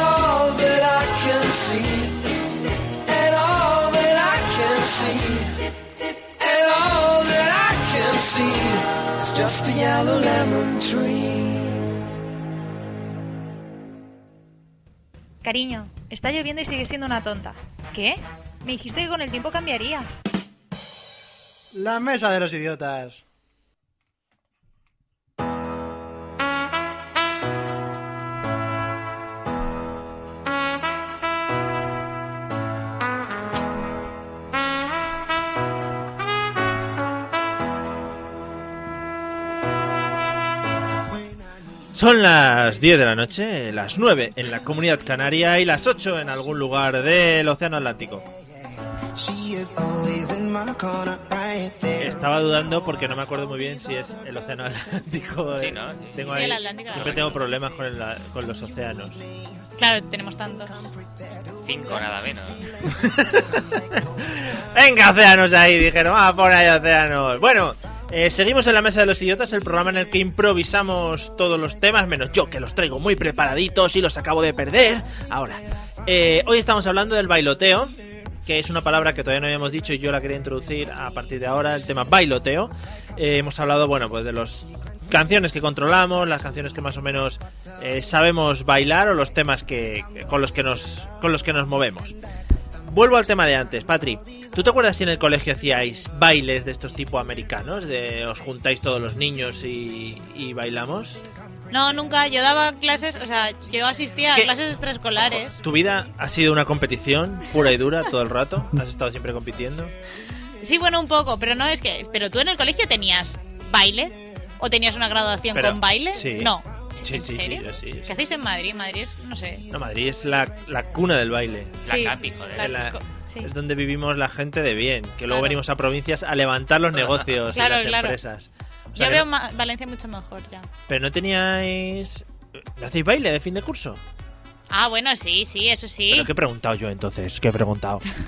Speaker 7: all that I can see, and all that I can see. And all that I can see is just a yellow lemon tree.
Speaker 8: Cariño, está lloviendo y sigues siendo una tonta. ¿Qué? Me dijiste que con el tiempo cambiaría.
Speaker 6: La mesa de los idiotas.
Speaker 8: Hola,
Speaker 3: Son las 10 de la noche, las 9 en la comunidad canaria y las 8 en algún lugar del Océano Atlántico.
Speaker 7: She is always in my corner, right there.
Speaker 3: Estaba dudando porque no me acuerdo muy bien si es el Océano Atlántico.
Speaker 5: Sí,
Speaker 3: eh,
Speaker 5: ¿no? Sí.
Speaker 3: tengo
Speaker 4: Sí,
Speaker 3: ahí-
Speaker 4: el Atlántico, el
Speaker 3: Siempre
Speaker 4: Atlántico.
Speaker 3: tengo problemas con, el- con los océanos.
Speaker 4: Claro, tenemos tantos.
Speaker 5: Cinco, nada menos.
Speaker 3: Venga, océanos ahí, dijeron, ah, por ahí océanos. Bueno, eh, seguimos en la mesa de los idiotas, el programa en el que improvisamos todos los temas, menos yo que los traigo muy preparaditos y los acabo de perder. Ahora, eh, hoy estamos hablando del bailoteo, que es una palabra que todavía no habíamos dicho y yo la quería introducir a partir de ahora, el tema bailoteo. Eh, hemos hablado, bueno, pues de los canciones que controlamos, las canciones que más o menos eh, sabemos bailar o los temas que, con los que nos con los que nos movemos. Vuelvo al tema de antes, Patri. ¿Tú te acuerdas si en el colegio hacíais bailes de estos tipo americanos? De os juntáis todos los niños y, y bailamos.
Speaker 4: No, nunca. Yo daba clases, o sea, yo asistía a
Speaker 3: ¿Qué?
Speaker 4: clases extraescolares.
Speaker 3: ¿Tu vida ha sido una competición pura y dura todo el rato? ¿Has estado siempre compitiendo?
Speaker 4: Sí, bueno, un poco, pero no es que. Pero tú en el colegio tenías baile o tenías una graduación
Speaker 3: Pero-
Speaker 4: con baile.
Speaker 3: sí.
Speaker 4: No.
Speaker 3: Sí,
Speaker 4: ¿En
Speaker 3: sí, sí,
Speaker 4: serio?
Speaker 3: yo sí, yo sí.
Speaker 4: ¿Qué hacéis en Madrid? Madrid es, no sé.
Speaker 3: No, Madrid es la, la cuna del baile.
Speaker 5: La
Speaker 4: Sí,
Speaker 5: capi, joder.
Speaker 4: claro,
Speaker 3: La-
Speaker 4: es co- sí.
Speaker 3: Es donde vivimos la gente de bien, que luego
Speaker 4: Claro.
Speaker 3: venimos a provincias a levantar los negocios
Speaker 4: Claro,
Speaker 3: y las
Speaker 4: claro.
Speaker 3: empresas. O sea
Speaker 4: Yo
Speaker 3: que
Speaker 4: veo
Speaker 3: no-
Speaker 4: Ma- Valencia mucho mejor ya.
Speaker 3: Pero no teníais... ¿No hacéis baile de fin de curso?
Speaker 4: Ah, bueno, sí, sí, eso sí.
Speaker 3: ¿Pero qué he preguntado yo entonces? ¿Qué he preguntado?
Speaker 4: Claro,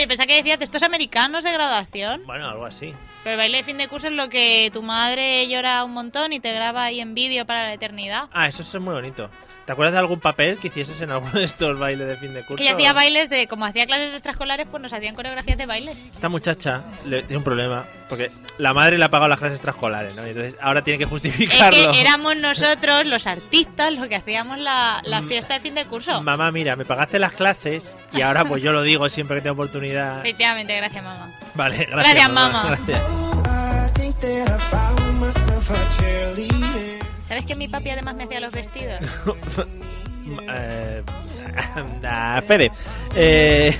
Speaker 4: yo pensaba que decías de estos americanos de graduación.
Speaker 3: bueno, algo así.
Speaker 4: Pero el baile de fin de curso es lo que tu madre llora un montón y te graba ahí en vídeo para la eternidad.
Speaker 3: Ah, eso es muy bonito. ¿Te acuerdas de algún papel que hicieses en alguno de estos bailes de fin de curso?
Speaker 4: Que yo hacía bailes de, como hacía clases extraescolares, pues nos hacían coreografías de bailes.
Speaker 3: Esta muchacha le, tiene un problema porque la madre le ha pagado las clases extraescolares, ¿no? Y entonces ahora tiene que
Speaker 4: Es
Speaker 3: justificarlo.
Speaker 4: que éramos nosotros, los artistas, los que hacíamos la, la
Speaker 3: Mm.
Speaker 4: fiesta de fin de curso.
Speaker 3: Mamá, mira, me pagaste las clases y ahora pues yo lo digo siempre que tengo oportunidad.
Speaker 4: Efectivamente, gracias, mamá.
Speaker 3: Vale, gracias.
Speaker 4: Gracias, mamá.
Speaker 3: Gracias.
Speaker 7: I think that I found myself a cheerleader.
Speaker 4: ¿Sabes que mi papi además me hacía los vestidos?
Speaker 3: Este Eh, ah, Fede, eh,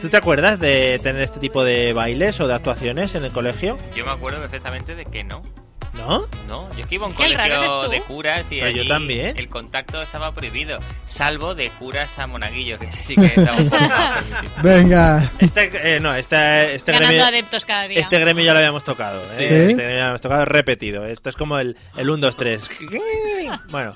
Speaker 3: ¿tú te acuerdas de tener este tipo de bailes o de actuaciones en el colegio?
Speaker 5: Yo me acuerdo perfectamente de que no.
Speaker 3: ¿No?
Speaker 5: No, yo es que iba a un
Speaker 4: Es que el raro
Speaker 5: colegio
Speaker 4: eres tú.
Speaker 5: de curas y
Speaker 3: Pero yo
Speaker 5: allí
Speaker 3: también.
Speaker 5: el contacto estaba prohibido, salvo de curas a monaguillos, que ese sí que estaba un poco más permitido.
Speaker 6: Venga.
Speaker 3: Este, eh, no, este, este
Speaker 4: Ganando
Speaker 3: gremio-
Speaker 4: adeptos cada día.
Speaker 3: Este gremio ya lo habíamos tocado. ¿eh?
Speaker 6: Sí.
Speaker 3: Este gremio ya lo habíamos tocado repetido. Esto es como el, el 1, 2, 3. Bueno.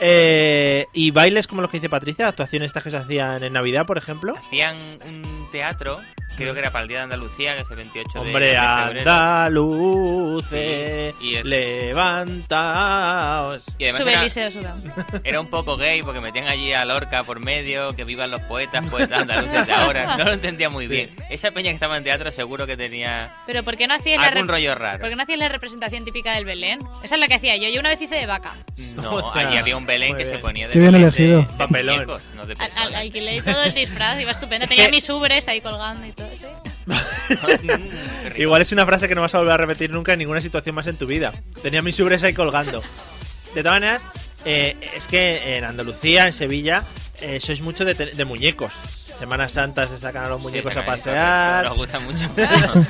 Speaker 3: eh, ¿Y bailes como los que dice Patricia? ¿Actuaciones estas que se hacían en Navidad, por ejemplo?
Speaker 5: Hacían un teatro, creo que era para el Día de Andalucía, que es el 28 de- de
Speaker 3: Hombre,
Speaker 5: febrero.
Speaker 3: andaluces,
Speaker 5: Sí, y el-
Speaker 3: levantaos.
Speaker 5: Y además
Speaker 4: Sube
Speaker 5: era-
Speaker 4: Eliseo Sudán.
Speaker 5: Era un poco gay porque metían allí a Lorca por medio, que vivan los poetas, poetas andaluces de ahora. No lo entendía muy
Speaker 3: Sí.
Speaker 5: bien. Esa peña que estaba en teatro seguro que tenía
Speaker 4: Pero ¿por qué no hacías la,
Speaker 5: algún
Speaker 4: rep-
Speaker 5: rollo
Speaker 4: ¿por
Speaker 5: raro.
Speaker 4: qué no hacías la representación típica del Belén? Esa es la que hacía yo. Yo una vez hice de vaca.
Speaker 5: No,
Speaker 3: Ostras,
Speaker 5: allí había un Belén
Speaker 3: muy
Speaker 5: que se
Speaker 3: bien.
Speaker 5: ponía de
Speaker 6: Qué bien
Speaker 5: Belén de-
Speaker 6: elegido.
Speaker 5: de
Speaker 3: Papelón.
Speaker 5: muñecos, no de
Speaker 4: Al- al-
Speaker 5: personas.
Speaker 4: alquilé todo el disfraz, iba estupendo. Tenía mis ubres ahí colgando y todo, sí.
Speaker 5: Mm, qué rico.
Speaker 3: Igual es una frase que no vas a volver a repetir nunca en ninguna situación más en tu vida. Tenía mis ubres ahí colgando. De todas maneras, eh, es que en Andalucía, en Sevilla, eh, sois mucho de, te- de muñecos. Semana Santa se sacan a los muñecos
Speaker 5: Sí,
Speaker 3: a
Speaker 5: bueno, eso,
Speaker 3: pasear.
Speaker 5: Nos gusta mucho.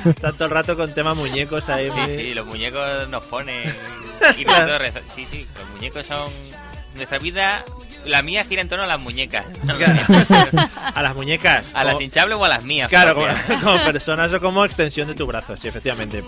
Speaker 3: Están todo el rato con tema muñecos ahí.
Speaker 5: Sí,
Speaker 3: muy-
Speaker 5: sí, los muñecos nos ponen. Y nosotros reza- Sí, sí, los muñecos son. Nuestra vida, la mía gira en torno a las muñecas.
Speaker 3: A las muñecas.
Speaker 5: A las
Speaker 3: como-
Speaker 5: hinchables o a las mías.
Speaker 3: Claro, como,
Speaker 5: propias.
Speaker 3: como personas o como extensión de tu brazo, sí, efectivamente.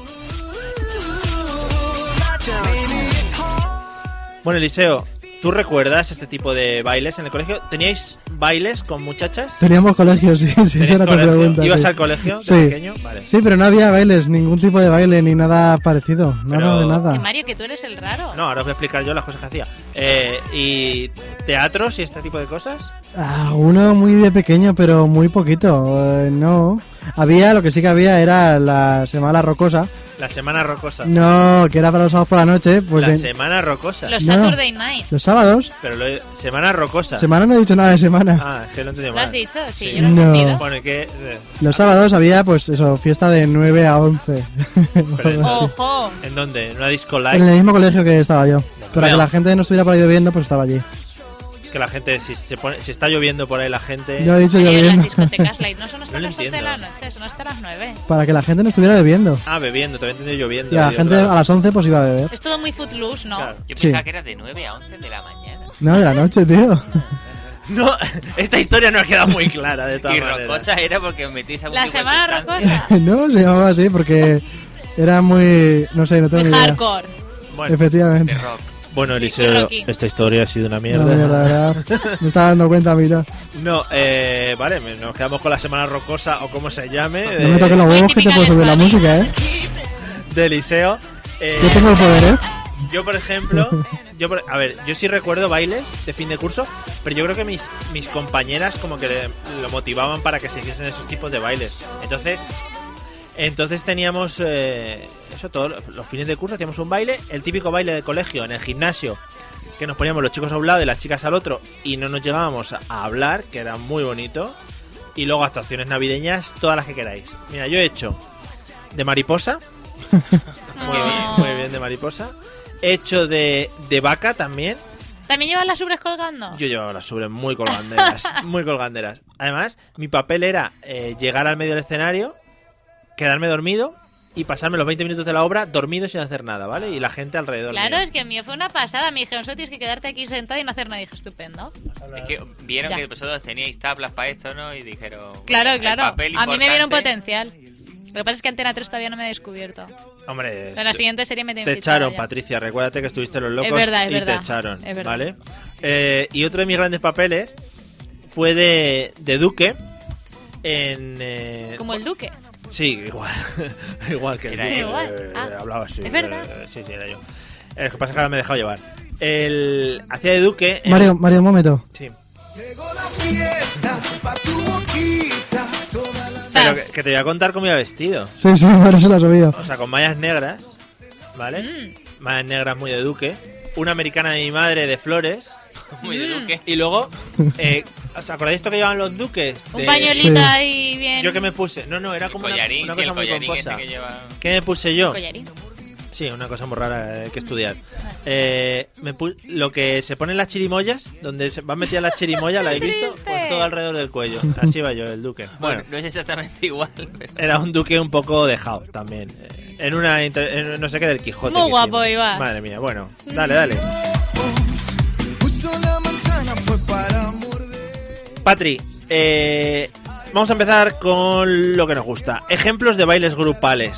Speaker 3: Bueno, Eliseo, ¿tú recuerdas este tipo de bailes en el colegio? ¿Teníais bailes con muchachas?
Speaker 6: Teníamos colegios, sí, sí,
Speaker 3: ¿Tenías
Speaker 6: esa era tu
Speaker 3: colegio?
Speaker 6: pregunta.
Speaker 3: ¿Ibas
Speaker 6: sí.
Speaker 3: al colegio de
Speaker 6: Sí.
Speaker 3: pequeño? Vale.
Speaker 6: Sí, pero no había bailes, ningún tipo de baile ni nada parecido. Nada
Speaker 3: Pero-
Speaker 6: de
Speaker 4: Que
Speaker 6: nada.
Speaker 4: Mario, que tú eres el raro.
Speaker 3: No, ahora os voy a explicar yo las cosas que hacía. Eh, ¿Y teatros y este tipo de cosas?
Speaker 6: Ah, uno muy de pequeño, pero muy poquito. eh, no. Había, lo que sí que había era la Semana Rocosa.
Speaker 3: La Semana Rocosa.
Speaker 6: No, que era para los sábados por la noche. Pues
Speaker 3: la
Speaker 6: en-
Speaker 3: Semana Rocosa.
Speaker 4: Los
Speaker 6: No.
Speaker 4: Saturday Night.
Speaker 6: los sábados.
Speaker 3: Pero lo he- Semana Rocosa.
Speaker 6: Semana no he dicho nada de semana.
Speaker 3: Ah, es que lo he entendido
Speaker 4: ¿Lo has
Speaker 3: mal.
Speaker 4: dicho? Sí,
Speaker 3: Sí.
Speaker 4: yo lo he
Speaker 6: No.
Speaker 4: entendido.
Speaker 3: Bueno, que...
Speaker 6: Los sábados había, pues eso, fiesta de 9 a 11.
Speaker 3: Pero-
Speaker 4: ¡Ojo!
Speaker 3: ¿En dónde? ¿En una disco
Speaker 6: en
Speaker 3: live?
Speaker 6: el mismo colegio que estaba yo. Para
Speaker 3: Bueno.
Speaker 6: que la gente no estuviera por ahí bebiendo, pues estaba allí.
Speaker 3: que la gente, si, se pone, si está lloviendo por ahí la gente...
Speaker 6: Yo he dicho
Speaker 4: Oye, las
Speaker 6: lloviendo.
Speaker 4: discotecas light no son hasta
Speaker 3: No lo
Speaker 4: las 11 de la
Speaker 3: entiendo.
Speaker 4: noche, son hasta las 9.
Speaker 6: Para que la gente no estuviera bebiendo.
Speaker 3: Ah, bebiendo, también tenía lloviendo.
Speaker 6: Y a la
Speaker 3: y
Speaker 6: gente
Speaker 3: otra-
Speaker 6: a las 11 pues iba a beber.
Speaker 4: Es todo muy footloose, ¿no?
Speaker 3: Claro.
Speaker 5: Yo
Speaker 6: Sí.
Speaker 5: pensaba que era de 9 a 11 de la mañana.
Speaker 6: No, de la noche, tío.
Speaker 3: No, esta historia no ha quedado muy clara de todas
Speaker 5: Y
Speaker 3: maneras.
Speaker 5: rocosa era porque os metéis algún
Speaker 4: La
Speaker 5: tipo de
Speaker 4: semana
Speaker 5: sustancia.
Speaker 4: rocosa.
Speaker 6: no, se llamaba así porque era muy... No sé, no tengo
Speaker 4: Muy
Speaker 6: ni idea.
Speaker 4: hardcore.
Speaker 3: Bueno,
Speaker 5: De
Speaker 6: Efectivamente.
Speaker 5: rock.
Speaker 3: bueno,
Speaker 4: Y
Speaker 3: Eliseo,
Speaker 4: Rocky.
Speaker 3: esta historia ha sido una
Speaker 6: No, de
Speaker 3: mierda.
Speaker 6: verdad, de verdad. Me estaba dando cuenta, mira.
Speaker 3: No, eh, vale, me- nos quedamos con la semana rocosa o como se llame
Speaker 6: No me
Speaker 3: de,
Speaker 6: toques los
Speaker 4: Muy
Speaker 6: huevos que te
Speaker 4: típica
Speaker 6: puedo
Speaker 4: de
Speaker 6: subir la
Speaker 4: España.
Speaker 6: música, ¿eh?
Speaker 3: de Eliseo. Eh,
Speaker 6: Yo tengo el poder, ¿eh?
Speaker 3: Yo, por ejemplo, yo por- a ver, yo sí recuerdo bailes de fin de curso, pero yo creo que mis, mis compañeras como que le- lo motivaban para que se hiciesen esos tipos de bailes. Entonces, entonces teníamos eh, eso todos los fines de curso hacíamos un baile, el típico baile de colegio en el gimnasio, que nos poníamos los chicos a un lado y las chicas al otro y no nos llegábamos a hablar, que era muy bonito. Y luego actuaciones navideñas, todas las que queráis. Mira, yo he hecho de mariposa, muy bien,
Speaker 4: No.
Speaker 3: muy bien de mariposa. Hecho de, de vaca también.
Speaker 4: ¿También llevas las ubres colgando?
Speaker 3: Yo llevaba las sobres muy colganderas. muy colganderas. Además, mi papel era eh, llegar al medio del escenario, quedarme dormido y pasarme los 20 minutos de la obra dormido sin hacer nada, ¿vale? Y la gente alrededor.
Speaker 4: Claro,
Speaker 3: mío.
Speaker 4: es que el mío fue una pasada. Me dijeron, solo tienes que quedarte aquí sentada y no hacer nada. Y dije, estupendo.
Speaker 5: Es que vieron
Speaker 4: Ya.
Speaker 5: que vosotros teníais tablas para esto, ¿no? Y dijeron. bueno,
Speaker 4: Claro,
Speaker 5: el
Speaker 4: claro.
Speaker 5: papel
Speaker 4: A mí me vieron
Speaker 5: importante.
Speaker 4: potencial. Lo que pasa es que Antena 3 todavía no me he descubierto.
Speaker 3: Hombre,
Speaker 4: En la siguiente serie me tienen
Speaker 3: te
Speaker 4: fichada
Speaker 3: echaron,
Speaker 4: ya.
Speaker 3: Patricia. Recuérdate que estuviste en los locos
Speaker 4: Es verdad, es
Speaker 3: y
Speaker 4: verdad,
Speaker 3: te echaron,
Speaker 4: es verdad.
Speaker 3: ¿vale? Eh, y otro de mis grandes papeles fue de, de Duque en... eh,
Speaker 4: Como el Duque.
Speaker 3: Sí, igual. igual que el
Speaker 5: Era
Speaker 3: Duque,
Speaker 5: él.
Speaker 4: Igual.
Speaker 3: eh,
Speaker 4: Ah,
Speaker 3: hablaba así.
Speaker 4: es verdad.
Speaker 3: eh, sí, sí, era yo. Eh, Lo que pasa es que ahora me he dejado llevar. El hacía de Duque. en-
Speaker 6: Mario, Mario, un momento.
Speaker 3: Sí.
Speaker 7: Llegó la fiesta pa' tu boquita. Toda la
Speaker 3: Pero que,
Speaker 4: Zas.
Speaker 3: que te voy a contar cómo iba vestido.
Speaker 6: Sí, sí, por eso lo has oído.
Speaker 3: O sea, con mallas negras, ¿vale?
Speaker 5: Mm.
Speaker 3: Mallas negras muy de Duque. Una americana de mi madre de flores.
Speaker 5: Muy de
Speaker 4: Mm.
Speaker 5: Duque.
Speaker 3: Y luego, eh, ¿os acordáis esto que llevaban los duques?
Speaker 4: Un
Speaker 3: De-
Speaker 4: pañuelito
Speaker 6: Sí.
Speaker 4: ahí bien.
Speaker 3: Yo que me puse. No, no, era
Speaker 5: El
Speaker 3: como una,
Speaker 5: collarín,
Speaker 3: una
Speaker 5: sí,
Speaker 3: cosa
Speaker 5: el
Speaker 3: muy
Speaker 5: collarín
Speaker 3: pomposa.
Speaker 5: este que lleva.
Speaker 3: ¿Qué me puse yo?
Speaker 4: Collarín.
Speaker 3: Sí, una cosa muy rara eh, que estudiar. Eh, me pu- lo que se ponen las chirimoyas, donde se van metidas las chirimoyas, ¿la habéis visto? Pues todo alrededor del cuello. Así va yo, el duque.
Speaker 5: Bueno,
Speaker 3: Bueno,
Speaker 5: no es exactamente igual. pero-
Speaker 3: era un duque un poco dejado también. Eh, En una. inter- en no sé qué del Quijote.
Speaker 4: Muy
Speaker 3: que
Speaker 4: guapo,
Speaker 3: hicimos.
Speaker 4: Iván.
Speaker 3: Madre mía, bueno. Dale, dale.
Speaker 7: Puso la manzana, fue para morder.
Speaker 3: Patri, eh, vamos a empezar con lo que nos gusta. Ejemplos de bailes grupales.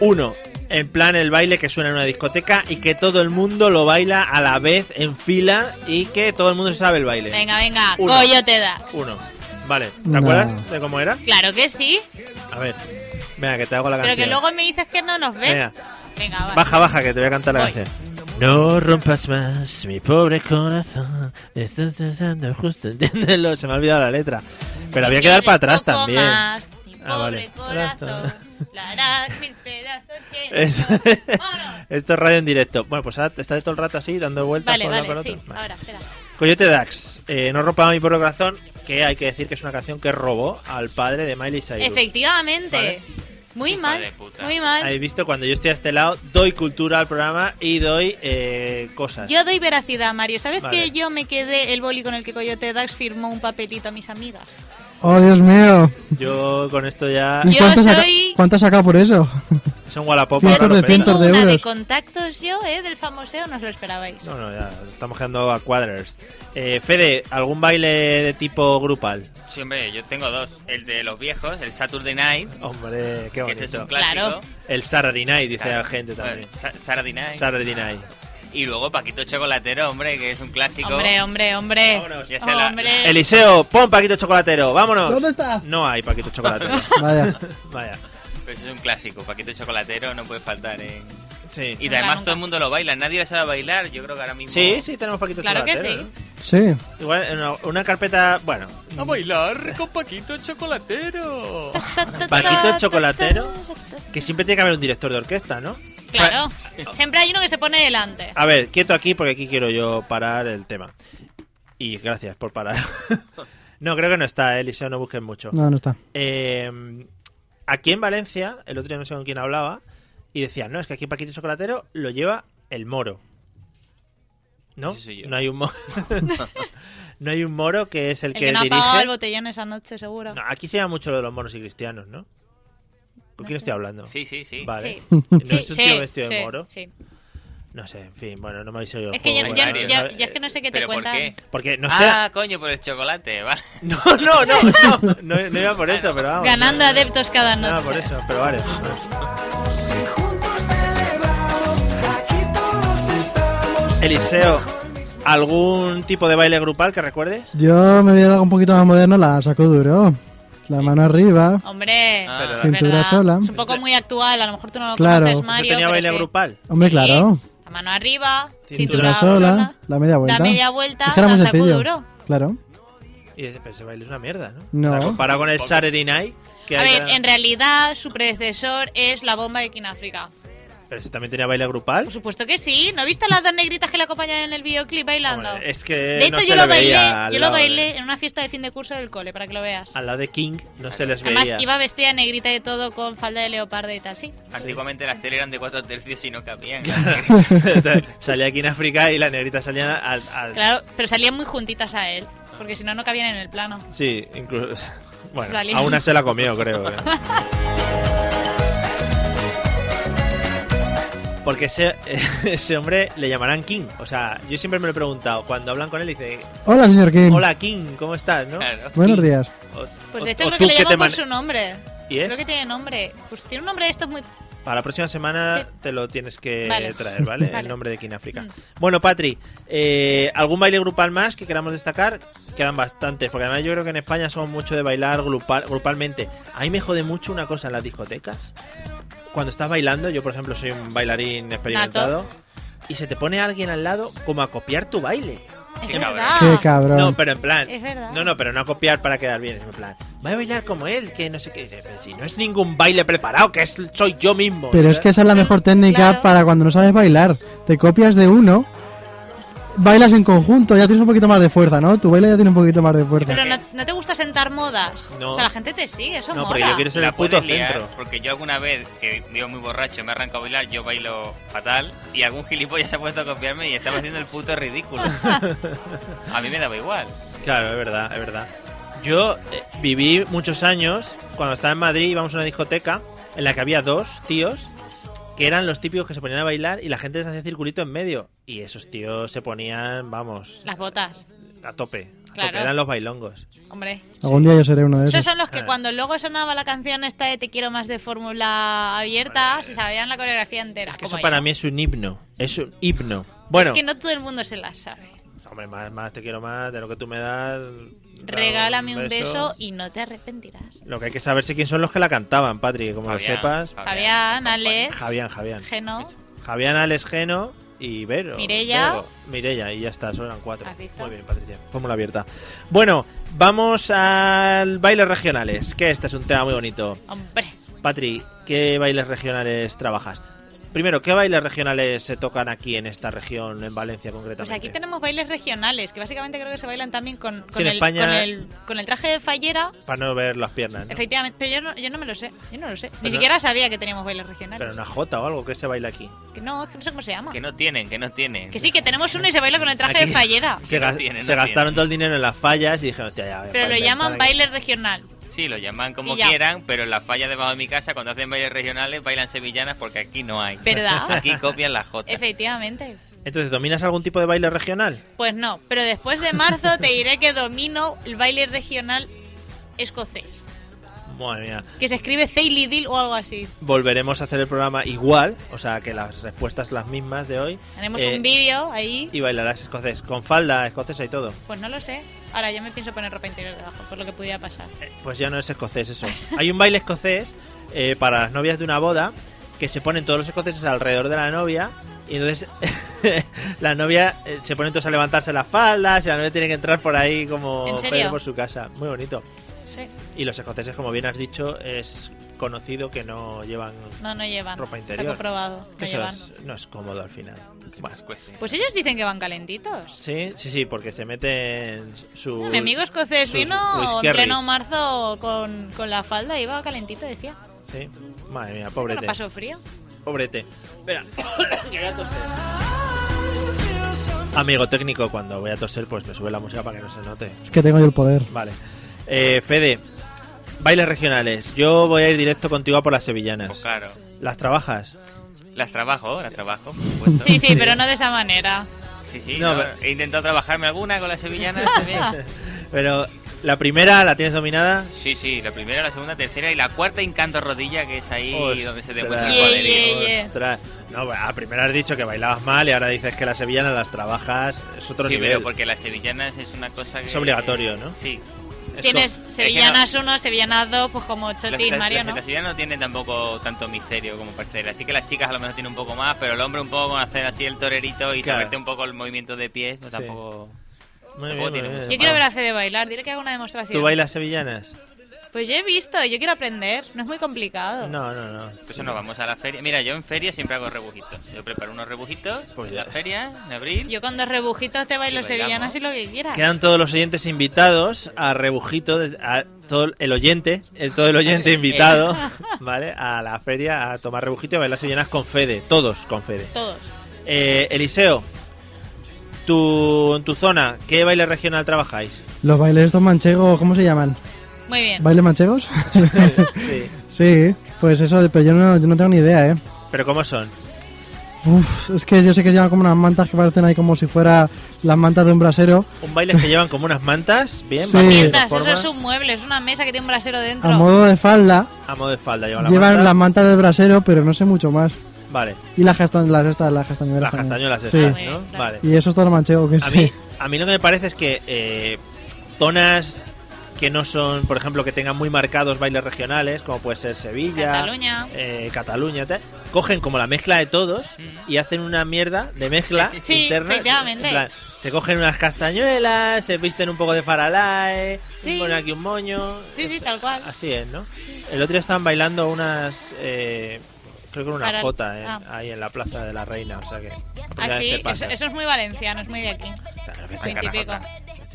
Speaker 3: Uno, en plan el baile que suena en una discoteca y que todo el mundo lo baila a la vez en fila y que todo el mundo se sabe el baile.
Speaker 4: Venga, venga.
Speaker 3: Uno.
Speaker 4: Coyote da.
Speaker 3: Uno. Vale, ¿te
Speaker 6: No.
Speaker 3: acuerdas de cómo era?
Speaker 4: Claro que sí.
Speaker 3: A ver, venga, que te hago la
Speaker 4: Pero
Speaker 3: canción.
Speaker 4: que luego me dices que no nos ven.
Speaker 3: Venga,
Speaker 4: Venga, va.
Speaker 3: baja, baja, que te voy a cantar la
Speaker 4: Voy.
Speaker 3: canción. No rompas más mi pobre corazón. Estás pensando justo, entiéndelo. Se me ha olvidado la letra. Pero había que dar para atrás también. Ah,
Speaker 4: ah,
Speaker 3: vale.
Speaker 4: vale. corazón.
Speaker 3: Corazón.
Speaker 4: la harás mil pedazos que no
Speaker 3: Es-
Speaker 4: son. Vámonos.
Speaker 3: Esto es radio en directo. Bueno, pues ahora estás todo el rato así, dando vueltas
Speaker 4: Vale,
Speaker 3: por un lado
Speaker 4: vale,
Speaker 3: para
Speaker 4: sí.
Speaker 3: otro. Vale.
Speaker 4: Ahora, espera.
Speaker 3: Coyote Dax, eh, No rompa mi pobre corazón, que hay que decir que es una canción que robó al padre de Miley Cyrus.
Speaker 4: Efectivamente.
Speaker 3: Vale.
Speaker 4: Muy
Speaker 5: Hija
Speaker 4: mal.
Speaker 5: de puta.
Speaker 4: Muy mal.
Speaker 3: Habéis visto, cuando yo estoy a este lado, doy cultura al programa y doy eh, cosas.
Speaker 4: Yo doy veracidad, Mario. ¿Sabes
Speaker 3: Vale.
Speaker 4: que yo me quedé el boli con el que Coyote Dax firmó un papelito a mis amigas?
Speaker 6: Oh, Dios mío.
Speaker 3: Yo con esto ya...
Speaker 6: ¿Y
Speaker 4: Yo
Speaker 6: cuánto, has
Speaker 4: soy-
Speaker 6: cuánto has sacado por eso?
Speaker 3: Son Wallapop.
Speaker 6: Cientos
Speaker 3: ahora lo
Speaker 6: de
Speaker 3: pedimos.
Speaker 6: cientos.
Speaker 4: Tengo
Speaker 6: de
Speaker 4: una de
Speaker 6: euros.
Speaker 4: contactos yo, ¿eh? Del famoseo, no os lo esperabais.
Speaker 3: No, no, ya, estamos quedando a cuadras. Eh, Fede, ¿algún baile de tipo grupal?
Speaker 5: Sí, hombre, yo tengo dos. El de los viejos, el Saturday Night,
Speaker 3: Hombre, qué
Speaker 5: que ese es un
Speaker 3: bonito.
Speaker 5: clásico.
Speaker 4: Claro.
Speaker 3: El Saturday Night, dice
Speaker 5: Claro.
Speaker 3: la gente también.
Speaker 5: Bueno, Sa- Saturday Night.
Speaker 3: Saturday Night.
Speaker 5: Y luego Paquito Chocolatero, hombre, que es un clásico.
Speaker 4: Hombre, hombre, hombre.
Speaker 3: Vámonos.
Speaker 5: Ya se la-
Speaker 4: Hombre.
Speaker 3: Eliseo, pon Paquito Chocolatero, vámonos.
Speaker 6: ¿Dónde está?
Speaker 3: No hay Paquito Chocolatero.
Speaker 6: Vaya.
Speaker 3: Vaya.
Speaker 5: Pero eso pues es un clásico. Paquito Chocolatero no puede faltar, ¿eh?
Speaker 3: Sí.
Speaker 5: Y
Speaker 4: Nunca,
Speaker 5: además
Speaker 4: nunca.
Speaker 5: todo el mundo lo baila. Nadie lo sabe bailar. Yo creo que ahora mismo...
Speaker 3: Sí, sí, tenemos Paquito
Speaker 4: Claro que
Speaker 3: Chocolatero.
Speaker 4: sí.
Speaker 6: Sí.
Speaker 3: ¿no? Igual en una, una carpeta, bueno,
Speaker 5: A bailar con Paquito Chocolatero.
Speaker 3: Paquito Chocolatero. que siempre tiene que haber un director de orquesta, ¿no?
Speaker 4: Claro. Siempre hay uno que se pone delante.
Speaker 3: A ver, quieto aquí porque aquí quiero yo parar el tema. Y gracias por parar. no, creo que no está, eh, Eliseo, no busquen mucho.
Speaker 6: No, no está.
Speaker 3: Eh, aquí en Valencia, el otro día no sé con quién hablaba, y decía, no, es que aquí Paquito Chocolatero lo lleva el moro. ¿No?
Speaker 5: Ese soy yo.
Speaker 3: No hay un moro. No hay un moro que es el,
Speaker 4: El que no ha
Speaker 3: dirige.
Speaker 4: pagado el botellón esa noche, seguro.
Speaker 3: No, aquí se llama mucho lo de los moros y cristianos, ¿no? ¿Con
Speaker 4: No
Speaker 3: quién
Speaker 4: sé.
Speaker 3: estoy hablando?
Speaker 5: Sí, sí, sí.
Speaker 3: Vale.
Speaker 4: Sí.
Speaker 3: ¿No
Speaker 4: Sí,
Speaker 3: es un tío
Speaker 4: sí,
Speaker 3: vestido de
Speaker 4: sí,
Speaker 3: moro?
Speaker 4: sí.
Speaker 3: No sé, en fin, bueno, no me habéis oído el
Speaker 4: Es que yo,
Speaker 3: juego,
Speaker 4: yo-
Speaker 3: bueno,
Speaker 5: Mario,
Speaker 4: yo-
Speaker 3: no- eh,
Speaker 4: yo es que no sé qué te
Speaker 5: ¿Pero por
Speaker 4: cuentan.
Speaker 5: qué?
Speaker 3: Porque no sé...
Speaker 5: Ah, coño, por el chocolate, vale.
Speaker 3: No, no, no, no, no, no iba por eso, pero vamos.
Speaker 4: Ganando adeptos cada
Speaker 3: No
Speaker 4: noche.
Speaker 3: iba por eso, pero vale.
Speaker 7: Y juntos celebramos, aquí todos estamos.
Speaker 3: Eliseo, ¿algún tipo de baile grupal que recuerdes?
Speaker 6: Yo me voy a ir algo un poquito más moderno, la saco duro. La mano arriba.
Speaker 4: Hombre,
Speaker 5: Ah,
Speaker 4: es
Speaker 6: Cintura
Speaker 4: verdad.
Speaker 6: sola.
Speaker 4: Es un poco muy actual, a lo mejor tú no lo
Speaker 6: Claro.
Speaker 4: conoces,
Speaker 6: Eso
Speaker 3: ¿Eso
Speaker 4: Mario.
Speaker 3: tenía
Speaker 4: pero
Speaker 3: baile
Speaker 4: sí.
Speaker 3: grupal?
Speaker 6: Hombre,
Speaker 4: Sí.
Speaker 6: claro.
Speaker 4: La mano arriba, cintura,
Speaker 3: Cintura
Speaker 6: Una sola,
Speaker 4: sola,
Speaker 6: la media vuelta.
Speaker 4: la media vuelta,
Speaker 6: Es que era muy
Speaker 4: danza
Speaker 6: sencillo.
Speaker 4: kuduro.
Speaker 6: Claro.
Speaker 3: Y ese, pero ese baile es una mierda, ¿no? O
Speaker 6: No.
Speaker 3: sea, comparado con el Saturday Night, que
Speaker 4: A
Speaker 3: hay-
Speaker 4: ver, en realidad su predecesor es la bomba de Kináfrica.
Speaker 3: Pero ese también tenía baile grupal.
Speaker 4: Por supuesto que sí. ¿No viste a las dos negritas que le acompañan en el videoclip bailando?
Speaker 3: Hombre, Es que
Speaker 4: de hecho,
Speaker 3: no se
Speaker 4: yo, lo
Speaker 3: le veía
Speaker 4: bailé,
Speaker 3: al
Speaker 4: yo lo
Speaker 3: lado ¿eh? de-
Speaker 4: bailé en una fiesta de fin de curso del cole, para que lo veas.
Speaker 3: Al lado de King no se les veía.
Speaker 4: Además, iba vestida de negrita y todo con falda de leopardo y tal, sí.
Speaker 5: Antiguamente las tele eran de cuatro tercios y no cabían.
Speaker 3: Entonces, salía aquí en África y las negritas salían al... al-
Speaker 4: Claro, pero salían muy juntitas a él, porque si no, no cabían en el plano.
Speaker 3: Sí, incluso... Bueno,
Speaker 4: Salían.
Speaker 3: a una se la comió, creo. ¿eh? que. Porque ese, ese hombre le llamarán King. O sea, yo siempre me lo he preguntado. Cuando hablan con él, dice:
Speaker 6: Hola, señor Kim.
Speaker 3: Hola King, ¿cómo estás? ¿no?
Speaker 5: Claro.
Speaker 6: Buenos
Speaker 3: King.
Speaker 6: días.
Speaker 3: O-
Speaker 4: Pues
Speaker 3: o-
Speaker 4: de hecho,
Speaker 3: o
Speaker 4: creo
Speaker 3: tú
Speaker 4: que le llaman
Speaker 3: te
Speaker 4: por
Speaker 3: mane-
Speaker 4: su nombre.
Speaker 3: ¿Y es?
Speaker 4: Creo que tiene nombre. Pues tiene un nombre de estos muy.
Speaker 3: Para la próxima semana
Speaker 4: Sí.
Speaker 3: te lo tienes que
Speaker 4: Vale.
Speaker 3: traer, ¿vale? El
Speaker 4: Vale.
Speaker 3: nombre de King África.
Speaker 4: Mm.
Speaker 3: Bueno, Patri, eh, ¿algún baile grupal más que queramos destacar? Quedan bastantes, porque además yo creo que en España somos mucho de bailar grupal- grupalmente. A mí me jode mucho una cosa en las discotecas. Cuando estás bailando, yo por ejemplo soy un bailarín experimentado, y se te pone alguien al lado como a copiar tu baile.
Speaker 4: Es
Speaker 5: Qué
Speaker 4: verdad.
Speaker 6: Qué cabrón.
Speaker 3: No, pero en plan...
Speaker 4: Es verdad.
Speaker 3: No, no, pero no a copiar para quedar bien, en plan... Voy a bailar como él, que no sé qué... Pero si no es ningún baile preparado, que es, soy yo mismo.
Speaker 6: Pero es que esa es la mejor técnica
Speaker 4: Claro.
Speaker 6: para cuando no sabes bailar. Te copias de uno, bailas en conjunto, ya tienes un poquito más de fuerza, ¿no? Tu baile ya tiene un poquito más de fuerza.
Speaker 4: Pero no, no te gusta sentar modas.
Speaker 3: No.
Speaker 4: O sea, la gente te sigue, eso
Speaker 3: No,
Speaker 4: mola.
Speaker 3: porque yo quiero ser el
Speaker 5: la puedo
Speaker 3: puto
Speaker 5: liar,
Speaker 3: centro.
Speaker 5: porque yo alguna vez que vivo muy borracho me arranco a bailar, yo bailo fatal y algún gilipollas se ha puesto a copiarme y estaba haciendo el puto ridículo. a mí me daba igual.
Speaker 3: Claro, es verdad, es verdad. Yo eh, viví muchos años, cuando estaba en Madrid íbamos a una discoteca en la que había dos tíos que eran los típicos que se ponían a bailar y la gente les hacía circulito en medio. Y esos tíos se ponían, vamos,
Speaker 4: Las botas,
Speaker 3: a tope. A
Speaker 4: Claro.
Speaker 3: tope, eran los bailongos.
Speaker 4: hombre.
Speaker 6: Algún día yo seré uno de
Speaker 4: Esos
Speaker 6: esos.
Speaker 4: son los que
Speaker 3: Ah.
Speaker 4: cuando luego sonaba la canción esta de Te quiero más de fórmula abierta, se sabían la coreografía entera.
Speaker 3: Es que
Speaker 4: como
Speaker 3: eso
Speaker 4: yo.
Speaker 3: para mí es un himno. Es un himno. Bueno,
Speaker 4: Es que no todo el mundo se las sabe.
Speaker 3: hombre, más, más te quiero más de lo que tú me das.
Speaker 4: Regálame un beso y no te arrepentirás.
Speaker 3: Lo que hay que saber es quién son los que la cantaban, Patri, que como lo sepas.
Speaker 4: Fabián, Alex.
Speaker 3: Javián, Javián.
Speaker 4: Geno.
Speaker 3: Javián Alex Geno y Vero.
Speaker 4: Mirella.
Speaker 3: Vero. Mirella, y ya está, solo eran cuatro.
Speaker 4: ¿Has visto?
Speaker 3: Muy bien, Patricia. Fórmula abierta. Bueno, vamos al bailes regionales, que este es un tema muy bonito.
Speaker 4: Hombre.
Speaker 3: Patri, ¿qué bailes regionales trabajas? Primero, ¿qué bailes regionales se tocan aquí en esta región, en Valencia
Speaker 4: Pues
Speaker 3: concretamente?
Speaker 4: aquí tenemos bailes regionales, que básicamente creo que se bailan también con, con
Speaker 3: Sí, en
Speaker 4: el,
Speaker 3: España-
Speaker 4: con, el, con el traje de fallera.
Speaker 3: Para no ver las piernas, ¿no?
Speaker 4: Efectivamente, pero yo no, yo no me lo sé. Yo no lo sé. Ni
Speaker 3: Pero-
Speaker 4: siquiera sabía que teníamos bailes regionales.
Speaker 3: Pero una jota o algo, ¿qué se baila aquí?
Speaker 4: Que no, es que no sé cómo se llama.
Speaker 5: Que
Speaker 4: Que,
Speaker 5: no tienen, que no tienen.
Speaker 4: sí, que tenemos uno y se baila con el traje
Speaker 3: Aquí-
Speaker 4: de fallera.
Speaker 3: Se,
Speaker 5: no
Speaker 3: ga-
Speaker 5: tiene, no
Speaker 3: se gastaron
Speaker 5: tiene.
Speaker 3: todo el dinero en las fallas y dijeron, hostia, ya.
Speaker 4: Pero
Speaker 3: para
Speaker 4: lo llaman
Speaker 3: inventar aquí".
Speaker 4: baile regional.
Speaker 5: Sí, lo llaman como
Speaker 4: Y ya.
Speaker 5: quieran, pero en las fallas debajo de mi casa, cuando hacen bailes regionales, bailan sevillanas porque aquí no hay.
Speaker 4: ¿Verdad?
Speaker 5: Aquí copian las jotas.
Speaker 4: Efectivamente.
Speaker 3: Entonces, ¿dominas algún tipo de baile regional?
Speaker 4: Pues no, pero después de marzo te diré que domino el baile regional escocés.
Speaker 3: Madre mía.
Speaker 4: Que se escribe Ceylidil o algo así.
Speaker 3: volveremos a hacer el programa igual, o sea que las respuestas las mismas de hoy.
Speaker 4: Tenemos
Speaker 3: Eh,
Speaker 4: un vídeo ahí.
Speaker 3: Y bailarás escocés, con falda escocesa y todo.
Speaker 4: Pues no lo sé. Ahora yo me pienso poner ropa interior debajo, por lo que pudiera pasar.
Speaker 3: Eh, Pues ya no es escocés eso. Hay un baile escocés eh, para las novias de una boda que se ponen todos los escoceses alrededor de la novia y entonces la novia eh, se ponen todos a levantarse las faldas y la novia tiene que entrar por ahí como
Speaker 4: ¿En serio?
Speaker 3: Pedro por su casa. Muy bonito.
Speaker 4: Sí.
Speaker 3: Y los escoceses, como bien has dicho, es conocido que no llevan...
Speaker 4: No, no llevan.
Speaker 3: Ropa interior.
Speaker 4: Está comprobado. No
Speaker 3: que eso
Speaker 4: llevan.
Speaker 3: es- no es cómodo al final. Bueno.
Speaker 5: Escuece.
Speaker 4: Pues ellos dicen que van calentitos.
Speaker 3: Sí, sí, sí, porque se meten su...
Speaker 4: Mi amigo escocés
Speaker 3: sus
Speaker 4: vino en
Speaker 3: whiskers.
Speaker 4: pleno marzo con, con la falda, iba calentito, decía.
Speaker 3: Sí. Madre mía,
Speaker 4: No
Speaker 3: pobrete.
Speaker 4: pasó frío.
Speaker 3: Pobrete. Espera. que voy a toser.
Speaker 7: I feel something
Speaker 3: Amigo técnico, cuando voy a toser, pues me sube la música para que no se note.
Speaker 6: Es que tengo yo el poder.
Speaker 3: Vale. Eh, Fede, bailes regionales. Yo voy a ir directo contigo a por las
Speaker 5: Pues
Speaker 3: sevillanas.
Speaker 5: claro.
Speaker 3: ¿Las trabajas?
Speaker 5: Las trabajo, las trabajo, por supuesto.
Speaker 4: Sí, sí, pero no de esa manera.
Speaker 5: Sí, sí,
Speaker 3: No,
Speaker 5: no,
Speaker 3: pero-
Speaker 5: he intentado trabajarme alguna con las sevillanas también.
Speaker 3: Pero la primera la tienes dominada.
Speaker 5: Sí, sí, la primera, la segunda, tercera y la cuarta encanto rodilla, que es ahí
Speaker 3: Ostras.
Speaker 5: donde se te encuentra el
Speaker 4: Yeah,
Speaker 5: cuadril.
Speaker 4: yeah. cuadrillo.
Speaker 3: Ostras. No, pues, a primero has dicho que bailabas mal y ahora dices que las sevillanas las trabajas. Es otro
Speaker 5: Sí,
Speaker 3: nivel.
Speaker 5: pero porque las sevillanas es una cosa que...
Speaker 3: Es obligatorio, ¿no?
Speaker 5: Sí.
Speaker 3: Es
Speaker 4: Tienes
Speaker 3: como-
Speaker 4: sevillanas 1, sevillanas 2, pues como Chotín,
Speaker 5: las,
Speaker 4: Mario,
Speaker 5: las-
Speaker 4: ¿no?
Speaker 5: las sevillanas no tienen tampoco tanto misterio como parecer. Así que las chicas a lo mejor tienen un poco más, pero el hombre un poco con hacer así el torerito y
Speaker 3: Claro.
Speaker 5: saberte un poco el movimiento de pies, no
Speaker 3: Sí.
Speaker 5: tampoco...
Speaker 3: Muy
Speaker 5: tampoco
Speaker 3: bien,
Speaker 5: tiene
Speaker 3: muy
Speaker 5: mucho.
Speaker 4: Yo
Speaker 3: bien.
Speaker 4: quiero ver a Fede bailar, dile que haga una demostración.
Speaker 3: ¿Tú bailas sevillanas?
Speaker 4: Pues yo he visto, yo quiero aprender, no es muy complicado.
Speaker 3: No, no, no.
Speaker 5: Pues nos vamos a la feria. Mira, yo en feria siempre hago rebujitos. Yo preparo unos rebujitos
Speaker 3: Pues
Speaker 5: en
Speaker 3: ya.
Speaker 5: la feria, en abril.
Speaker 4: Yo con dos rebujitos te bailo
Speaker 5: Y bailamos.
Speaker 4: sevillanas y lo que quieras.
Speaker 3: Quedan todos los oyentes invitados a Rebujito, des- a todo el oyente, el, todo el oyente invitado,
Speaker 5: Eh.
Speaker 3: ¿vale? A la feria a tomar Rebujito y a bailar sevillanas con Fede, todos con Fede.
Speaker 4: Todos.
Speaker 3: Eh, Eliseo, tu, en tu zona, ¿qué baile regional trabajáis?
Speaker 6: Los bailes estos manchegos, ¿cómo se llaman?
Speaker 4: Muy bien.
Speaker 6: ¿Bailes manchegos?
Speaker 3: Sí.
Speaker 6: sí, pues eso, pero yo no, yo no tengo ni idea, ¿eh?
Speaker 3: ¿Pero cómo son?
Speaker 6: Uf, es que yo sé que llevan como unas mantas que parecen ahí como si fuera las mantas de un brasero.
Speaker 3: ¿Un baile que llevan como unas mantas? Bien,
Speaker 6: Sí.
Speaker 3: vamos, de
Speaker 4: Mientras, eso
Speaker 3: forma,
Speaker 4: es un mueble, es una mesa que tiene un brasero dentro.
Speaker 6: A modo de falda,
Speaker 3: A modo de falda llevan la
Speaker 6: llevan
Speaker 3: manta.
Speaker 6: las mantas del brasero, pero no sé mucho más.
Speaker 3: Vale,
Speaker 6: Y las, casta- las estas, las castañuelas.
Speaker 3: las castañuelas
Speaker 6: también.
Speaker 3: estas,
Speaker 4: Sí.
Speaker 3: ¿no?
Speaker 4: Claro.
Speaker 3: Vale.
Speaker 6: Sí. Y eso es todo lo manchego que
Speaker 3: A
Speaker 6: sé.
Speaker 3: mí, a mí lo que me parece es que eh, zonas que no son, por ejemplo, que tengan muy marcados bailes regionales, como puede ser Sevilla,
Speaker 4: Cataluña.
Speaker 3: eh, Cataluña, tal, cogen como la mezcla de todos y hacen una mierda de mezcla
Speaker 4: Mm. Sí,
Speaker 3: interna.
Speaker 4: efectivamente.
Speaker 3: En plan, se cogen unas castañuelas, se visten un poco de faralae,
Speaker 4: Sí.
Speaker 3: ponen aquí un moño.
Speaker 4: Sí, sí,
Speaker 3: Es-
Speaker 4: tal cual.
Speaker 3: Así es, ¿no? El otro día estaban bailando unas. eh, creo que era una
Speaker 4: Faral-
Speaker 3: jota en-
Speaker 4: ah.
Speaker 3: ahí en la Plaza de la Reina, o sea que. la primera vez
Speaker 4: Así,
Speaker 3: que
Speaker 4: Ah, eso,
Speaker 3: pasa.
Speaker 4: eso es muy valenciano, es muy de aquí. Veintipico.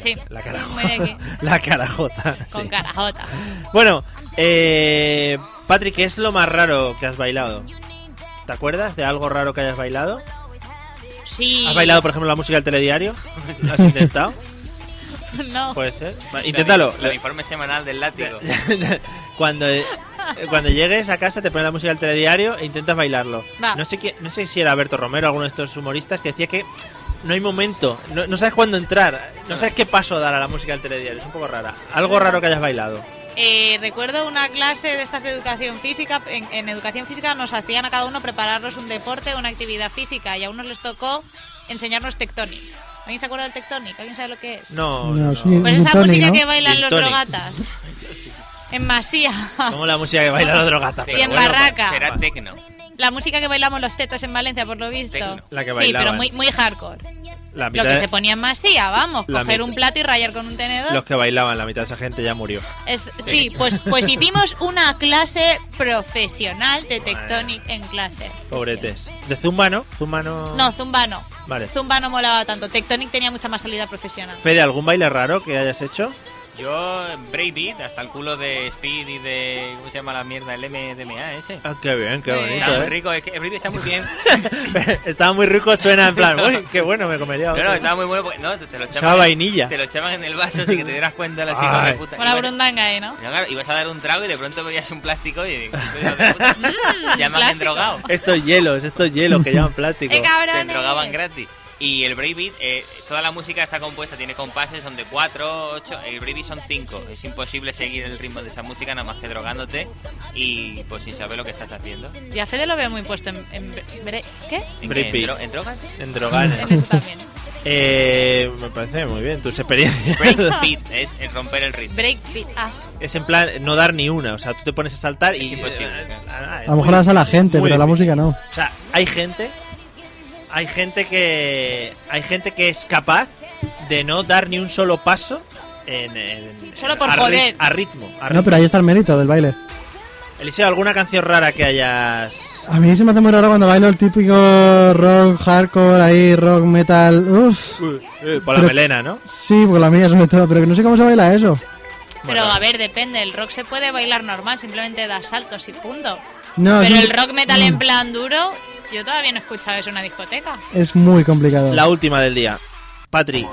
Speaker 4: Sí,
Speaker 3: La carajota.
Speaker 4: muy de aquí.
Speaker 3: La carajota.
Speaker 4: Con
Speaker 3: sí.
Speaker 4: carajota.
Speaker 3: Bueno, eh, Patrick, ¿qué es lo más raro que has bailado? ¿Te acuerdas de algo raro que hayas bailado?
Speaker 4: Sí.
Speaker 3: ¿Has bailado, por ejemplo, la música del telediario? ¿Lo has intentado?
Speaker 4: No.
Speaker 3: Puede ser. Va, inténtalo.
Speaker 5: El informe semanal del látigo.
Speaker 3: Cuando, eh, cuando llegues a casa te ponen la música del telediario e intentas bailarlo.
Speaker 4: Va.
Speaker 3: No sé quién- no sé si era Alberto Romero alguno de estos humoristas que decía que no hay momento, no, no sabes cuándo entrar, no sabes qué paso dar a la música del telediario, es un poco rara. Algo raro que hayas bailado.
Speaker 4: Eh, recuerdo una clase de estas de educación física. En, en educación física nos hacían a cada uno prepararnos un deporte, una actividad física, y a unos les tocó enseñarnos tectónic. ¿Alguien se acuerda del tectónic? ¿Alguien sabe lo que es?
Speaker 3: No,
Speaker 6: No,
Speaker 3: no.
Speaker 6: sí.
Speaker 4: Pues esa
Speaker 6: Tectónic,
Speaker 4: música
Speaker 6: ¿no?
Speaker 4: que bailan los
Speaker 3: Tectónic.
Speaker 4: drogatas. En masía.
Speaker 3: Como la música que bailan los drogatas.
Speaker 4: Y
Speaker 3: pero
Speaker 4: en
Speaker 3: bueno,
Speaker 4: barraca.
Speaker 5: Será tecno.
Speaker 4: La música que bailamos los tetos en Valencia, por lo visto.
Speaker 5: Tecno.
Speaker 3: La que
Speaker 4: sí,
Speaker 3: bailaban.
Speaker 4: pero muy, muy hardcore.
Speaker 3: La
Speaker 4: Lo
Speaker 3: mitad
Speaker 4: que
Speaker 3: de-
Speaker 4: se ponía en masía, vamos,
Speaker 3: La
Speaker 4: coger
Speaker 3: mitad-
Speaker 4: un plato y rayar con un tenedor.
Speaker 3: los que bailaban, la mitad de esa gente ya murió.
Speaker 4: Es- sí, pues, pues hicimos una clase profesional de
Speaker 3: Madre.
Speaker 4: Tectonic en clase.
Speaker 3: Pobretes. De Zumba, ¿no? Zumba no.
Speaker 4: No, Zumba no.
Speaker 3: Vale.
Speaker 4: Zumba no molaba tanto. Tectonic tenía mucha más salida profesional.
Speaker 3: Fede, ¿algún baile raro que hayas hecho?
Speaker 5: Yo, Brave Beat, hasta el culo de Speed y de. ¿Cómo se llama la mierda? El MDMA ese.
Speaker 3: Ah, qué bien, qué
Speaker 4: Muy
Speaker 3: bonito.
Speaker 5: Está muy
Speaker 3: ¿eh?
Speaker 5: rico, es que Brave Beat está muy bien.
Speaker 3: Estaba muy rico, suena en plan, uy, qué bueno, me comería.
Speaker 5: No,
Speaker 3: otro".
Speaker 5: no, estaba muy bueno. porque- No, te lo
Speaker 3: Echaba
Speaker 5: echaban.
Speaker 3: vainilla.
Speaker 5: Te lo echaban en el vaso, así que te dieras cuenta la
Speaker 3: Ay.
Speaker 5: de puta.
Speaker 4: Con la
Speaker 5: Y bueno,
Speaker 4: brundanga ahí, ¿no?
Speaker 5: no, claro, ibas a dar un trago y de pronto veías un plástico y ya me han
Speaker 4: Mm, plástico.
Speaker 5: drogado.
Speaker 3: Estos hielos, estos hielos que llevan plástico.
Speaker 4: ¡Eh,
Speaker 5: Te
Speaker 4: cabrones!
Speaker 5: drogaban gratis. Y el Brave Beat, eh, toda la música está compuesta, tiene compases, son de 4, 8, el Brave Beat son 5. Es imposible seguir el ritmo de esa música nada más que drogándote y pues sin saber lo que estás haciendo.
Speaker 4: Ya Fede lo veo muy puesto en... en bre- ¿Qué?
Speaker 5: ¿En,
Speaker 3: Brave
Speaker 5: qué?
Speaker 3: Beat.
Speaker 5: ¿En dro- en drogas?
Speaker 3: En
Speaker 4: En
Speaker 3: droganes.
Speaker 4: eso también.
Speaker 3: Eh, me parece muy bien tus experiencias.
Speaker 5: Break Beat es el romper el ritmo.
Speaker 4: Breakbeat. Ah,
Speaker 3: Es en plan, no dar ni una. O sea, tú te pones a saltar y.
Speaker 5: Es imposible, claro.
Speaker 3: Ah,
Speaker 6: A
Speaker 3: es
Speaker 6: lo mejor
Speaker 3: muy-
Speaker 6: las a la gente,
Speaker 3: muy
Speaker 6: pero la
Speaker 3: difícil.
Speaker 6: música no.
Speaker 3: O sea, hay gente. Hay gente que. Hay gente que es capaz de no dar ni un solo paso en. en-
Speaker 4: Solo
Speaker 3: en-
Speaker 4: por
Speaker 3: a ri-
Speaker 4: joder.
Speaker 3: A ritmo. a
Speaker 6: No,
Speaker 3: ritmo.
Speaker 6: pero ahí está el mérito del baile.
Speaker 3: Eliseo, ¿alguna canción rara que hayas.
Speaker 6: A mí se me hace muy raro cuando bailo el típico rock hardcore ahí, rock metal. Uff.
Speaker 3: por la
Speaker 6: Pero-
Speaker 3: melena, ¿no?
Speaker 6: Sí, porque la mía sobre todo, pero que no sé cómo se baila eso.
Speaker 4: pero
Speaker 3: Bueno.
Speaker 4: a ver, depende. El rock se puede bailar normal, simplemente da saltos y punto.
Speaker 6: No,
Speaker 4: pero
Speaker 6: es-
Speaker 4: el rock metal en
Speaker 6: Ah, Mm,
Speaker 4: plan duro, yo todavía no he escuchado eso en una discoteca.
Speaker 6: Es muy complicado.
Speaker 3: La última del día. Patri,